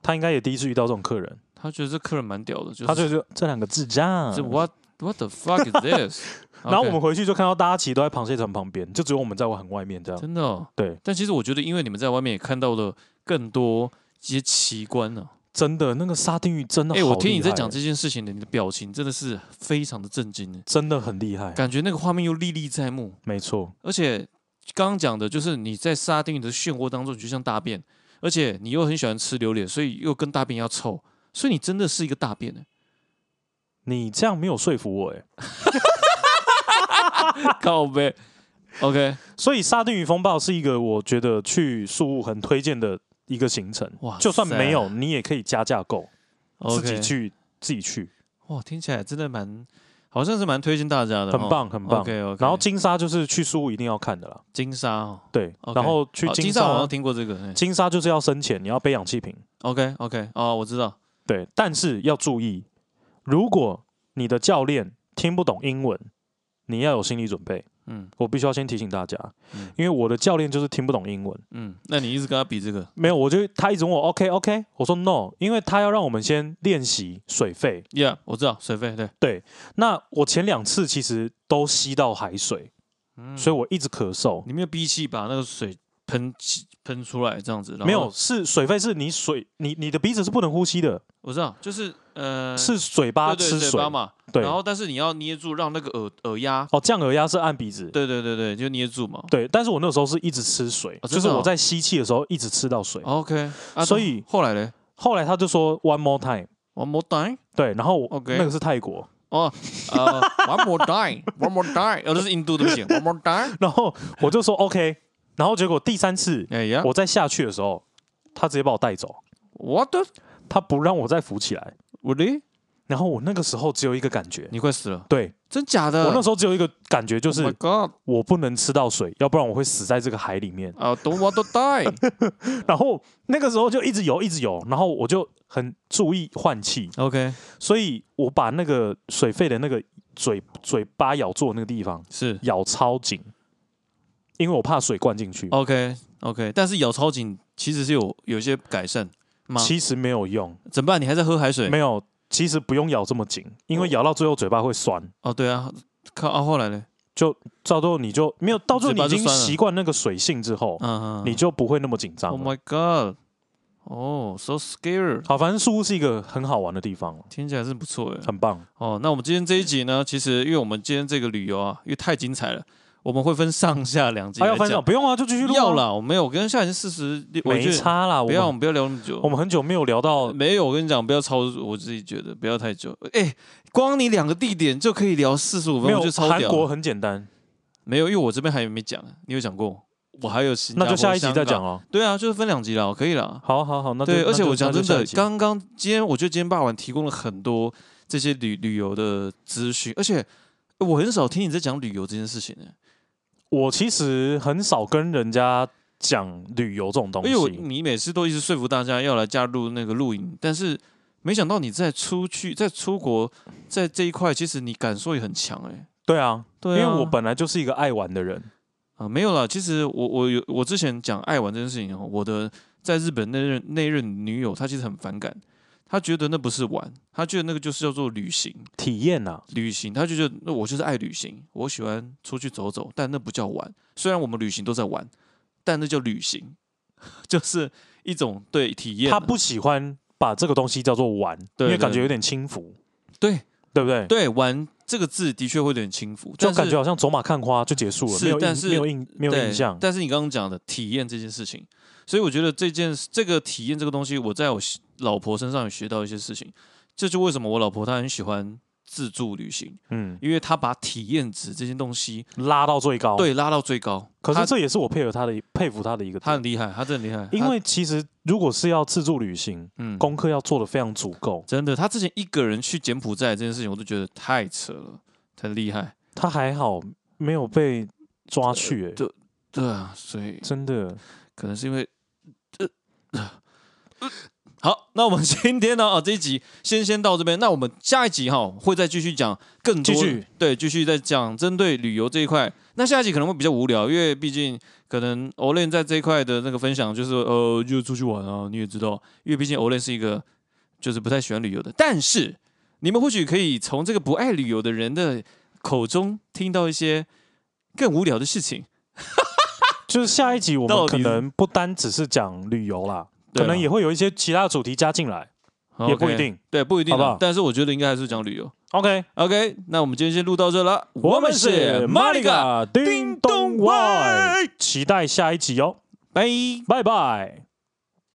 Speaker 2: 他应该也第一次遇到这种客人。
Speaker 1: 他觉得这客人蛮屌的，就是
Speaker 2: 他就就这两个智障。
Speaker 1: 这 what what the fuck is this？
Speaker 2: 嗯 然后我们回去就看到大家其实都在螃蟹船旁边，就只有我们在很外面这样。
Speaker 1: OK，真的、哦，
Speaker 2: 对，
Speaker 1: 但其实我觉得，因为你们在外面也看到了更多一些奇观呢、
Speaker 2: 真的，那个沙丁鱼真的
Speaker 1: 哎、
Speaker 2: 好厉害，欸
Speaker 1: 我听你在讲这件事情的，你的表情真的是非常的震惊呢，欸
Speaker 2: 真的很厉害，
Speaker 1: 感觉那个画面又历历在目，
Speaker 2: 没错，
Speaker 1: 而且刚刚讲的就是你在沙丁鱼的漩涡当中，你就像大便，而且你又很喜欢吃榴莲，所以又跟大便要臭，所以你真的是一个大便 欸呢、
Speaker 2: 你这样没有说服我哎。
Speaker 1: 靠呗。OK，
Speaker 2: 所以沙丁鱼风暴是一个我觉得去宿务很推荐的一个行程
Speaker 1: 哇，
Speaker 2: 就算
Speaker 1: 塞
Speaker 2: 没有你也可以加价购，自己
Speaker 1: OK
Speaker 2: 去自己去。
Speaker 1: 哇，听起来真的蛮好像是蛮推荐大家的，哦
Speaker 2: 很棒很棒
Speaker 1: OK OK。
Speaker 2: 然后金沙就是去苏屋一定要看的啦，
Speaker 1: 金沙哦，
Speaker 2: 对。
Speaker 1: OK
Speaker 2: 然后去
Speaker 1: 哦
Speaker 2: 金
Speaker 1: 金
Speaker 2: 沙，
Speaker 1: 沙好像听过这个。哎
Speaker 2: 金沙就是要深潜，你要背氧气瓶，
Speaker 1: OK OK，哦，我知道。
Speaker 2: 对。但是要注意，如果你的教练听不懂英文，你要有心理准备。
Speaker 1: 嗯
Speaker 2: 我必须要先提醒大家，
Speaker 1: 嗯
Speaker 2: 因为我的教练就是听不懂英文，
Speaker 1: 嗯，那你一直跟他比这个
Speaker 2: 没有，我就他一直问我 OK OK，我说 No，因为他要让我们先练习水肺。
Speaker 1: ，Yeah，我知道水费对，
Speaker 2: 那我前两次其实都吸到海水，
Speaker 1: 嗯
Speaker 2: 所以我一直咳嗽。
Speaker 1: 你没有憋气把那个水喷气喷出来这样子，然后
Speaker 2: 没有，，是水肺是你水，你你的鼻子是不能呼吸的，
Speaker 1: 我知道，就是呃，
Speaker 2: 是嘴
Speaker 1: 对
Speaker 2: 巴
Speaker 1: 对
Speaker 2: 吃
Speaker 1: 嘴
Speaker 2: 水
Speaker 1: 巴。嘛，
Speaker 2: 对，
Speaker 1: 然后但是你要捏住，让那个耳耳压，
Speaker 2: 哦，降耳压是按鼻子。
Speaker 1: 对对对对，就捏住嘛。
Speaker 2: 对，但是我那时候是一直吃水，
Speaker 1: 哦
Speaker 2: 就
Speaker 1: 真的
Speaker 2: 是我
Speaker 1: 哦
Speaker 2: 在吸气的时候一直吃到水。
Speaker 1: OK，啊
Speaker 2: 所以
Speaker 1: 后来嘞
Speaker 2: 后来他就说 One more time，
Speaker 1: ，One more time，
Speaker 2: 对，然后我
Speaker 1: OK
Speaker 2: 那个是泰国，
Speaker 1: 哦， 呃，One more time，One more time，哦，这是印度的不行，One more time，
Speaker 2: 然后我就说 OK，然后结果第三次
Speaker 1: 哎呀
Speaker 2: 我再下去的时候，他直接把我带走，
Speaker 1: ，What the-
Speaker 2: 他不让我再浮起来。
Speaker 1: really？
Speaker 2: 然后我那个时候只有一个感觉，
Speaker 1: 你嗯快死了，
Speaker 2: 对
Speaker 1: 真假的？
Speaker 2: 我那时候只有一个感觉，就
Speaker 1: Oh
Speaker 2: 是
Speaker 1: my God，
Speaker 2: 我不能吃到水，要不然我会死在这个海里面。
Speaker 1: 啊，Don't want to die，
Speaker 2: 然后那个时候就一直游，一直游，然后我就很注意换气，
Speaker 1: OK，
Speaker 2: 所以我把那个水肺的那个嘴嘴巴咬住的那个地方
Speaker 1: 是
Speaker 2: 咬超紧，因为我怕水灌进去。
Speaker 1: OK OK，但是咬超紧其实是有有一些改善吗？
Speaker 2: 其实没有用，
Speaker 1: 怎么办？你还在喝海水？
Speaker 2: 没有，其实不用咬这么紧，因为咬到最后嘴巴会酸，
Speaker 1: 哦，对啊，靠啊，后来嘞，
Speaker 2: 到最后你就没有，到最后
Speaker 1: 嘴
Speaker 2: 你
Speaker 1: 巴
Speaker 2: 已
Speaker 1: 就
Speaker 2: 经
Speaker 1: 酸了
Speaker 2: 习惯那个水性之后，
Speaker 1: 嗯，嗯
Speaker 2: 你就不会那么紧张
Speaker 1: ，Oh
Speaker 2: 了。
Speaker 1: my God，哦，so scary，
Speaker 2: 好，反正书屋是一个很好玩的地方，
Speaker 1: 听起来是不错哎。
Speaker 2: 很棒。
Speaker 1: 哦，那我们今天这一集呢，其实因为我们今天这个旅游啊，因为太精彩了，我们会分上下两集
Speaker 2: 还、
Speaker 1: 来
Speaker 2: 要
Speaker 1: 讲。
Speaker 2: 分享？不用啊，就继续录、啊。
Speaker 1: 要，啦，我没有，我跟夏已经四十，我
Speaker 2: 没
Speaker 1: 觉得
Speaker 2: 差啦。我
Speaker 1: 不要，我
Speaker 2: 们
Speaker 1: 们不要聊那么久
Speaker 2: 我。们很久没有聊到
Speaker 1: 哦没有，我跟你讲，不要超，我自己觉得不要太久。哎，光你两个地点就可以聊四十五
Speaker 2: 没
Speaker 1: 分
Speaker 2: 有
Speaker 1: 钟，就超
Speaker 2: 韩
Speaker 1: 屌了。
Speaker 2: 国很简单，
Speaker 1: 没有，因为我这边还有没讲，啊你有讲过，我还有新加
Speaker 2: 那
Speaker 1: 坡。
Speaker 2: 就下一集再
Speaker 1: 香
Speaker 2: 讲
Speaker 1: 港。
Speaker 2: 哦。
Speaker 1: 对啊，就是分两集了，可以了。
Speaker 2: 好好好，那就
Speaker 1: 对，而且
Speaker 2: 那就
Speaker 1: 我讲
Speaker 2: 那就
Speaker 1: 真
Speaker 2: 下
Speaker 1: 的
Speaker 2: 一，集
Speaker 1: 刚刚今天我觉得今天傍晚提供了很多这些旅旅游的资讯，而且我很少听你在讲旅游这件事情欸呢、
Speaker 2: 我其实很少跟人家讲旅游这种东
Speaker 1: 因为我
Speaker 2: 西。
Speaker 1: 你每次都一直说服大家要来加入那个露营，但是没想到你在出去在出国在这一块，其实你感受也很强哎、
Speaker 2: 对啊，因
Speaker 1: 对啊，
Speaker 2: 为我本来就是一个爱玩的人。
Speaker 1: 啊，没有啦。其实我我有我之前讲爱玩这件事情哦，我的在日本那任那任女友，她其实很反感，她觉得那不是玩，她觉得那个就是叫做旅行，
Speaker 2: 体验啊，
Speaker 1: 旅行，她就觉得那我就是爱旅行，我喜欢出去走走，但那不叫玩。虽然我们旅行都在玩，但那叫旅行， 就是一种对体验啊。
Speaker 2: 他不喜欢把这个东西叫做玩，
Speaker 1: 对
Speaker 2: 因为
Speaker 1: 对
Speaker 2: 感觉有点轻浮，
Speaker 1: 对
Speaker 2: 对不对？
Speaker 1: 对玩这个字的确会有点轻浮，
Speaker 2: 就
Speaker 1: 但是
Speaker 2: 感觉好像走马看花就结束了，
Speaker 1: 是
Speaker 2: 没有
Speaker 1: 但
Speaker 2: 印
Speaker 1: 是
Speaker 2: 没有印没有
Speaker 1: 对
Speaker 2: 印象。
Speaker 1: 但是你刚刚讲的体验这件事情，所以我觉得这件这个体验这个东西，我在我媳老婆身上也学到一些事情。这就为什么我老婆她很喜欢自助旅行，
Speaker 2: 嗯，
Speaker 1: 因为她把体验值这件东西
Speaker 2: 拉到最高。，
Speaker 1: 对拉到最高。
Speaker 2: 哦可是
Speaker 1: 她
Speaker 2: 这也是我佩服他的佩服他的一个点。
Speaker 1: 她很厉害，她真的很厉害，
Speaker 2: 因
Speaker 1: 她
Speaker 2: 为其实如果是要自助旅行，
Speaker 1: 嗯
Speaker 2: 功课要做的非常足够。
Speaker 1: 真的，她之前一个人去柬埔寨这件事情，我都觉得太扯了，很厉害。
Speaker 2: 他还好没有被抓去、欸，
Speaker 1: 对对啊，所以
Speaker 2: 真的。
Speaker 1: 可能是因为，呃，呃好，那我们 今天呢，啊这一集先先到这边，那我们下一集哈会再继续讲更多，
Speaker 2: 继续
Speaker 1: 对，继续再讲针对旅游这一块。那下一集可能会比较无聊，因为毕竟可能 Olen 在这一块的那个分享就是呃，就出去玩啊，你也知道，因为毕竟 Olen 是一个就是不太喜欢旅游的，但是你们或许可以从这个不爱旅游的人的口中听到一些更无聊的事情，
Speaker 2: 就是下一集我
Speaker 1: 到
Speaker 2: 们
Speaker 1: 底
Speaker 2: 可
Speaker 1: 是
Speaker 2: 能不单只是讲旅游啦，
Speaker 1: 对
Speaker 2: 可
Speaker 1: 啊
Speaker 2: 能也会有一些其他的主题加进来，也不
Speaker 1: OK
Speaker 2: 一定。
Speaker 1: 对，不一定啊
Speaker 2: 好不好
Speaker 1: 但是我觉得应该还是讲旅游。
Speaker 2: OK，
Speaker 1: OK，那我们今天先录到这了，我们是
Speaker 2: 玛
Speaker 1: 玛
Speaker 2: 丽
Speaker 1: 丽卡，
Speaker 2: 嘎
Speaker 1: 叮
Speaker 2: 叮
Speaker 1: 咚
Speaker 2: 咚外，
Speaker 1: 外，
Speaker 2: 期待下一集哦，
Speaker 1: 拜。
Speaker 2: 拜拜。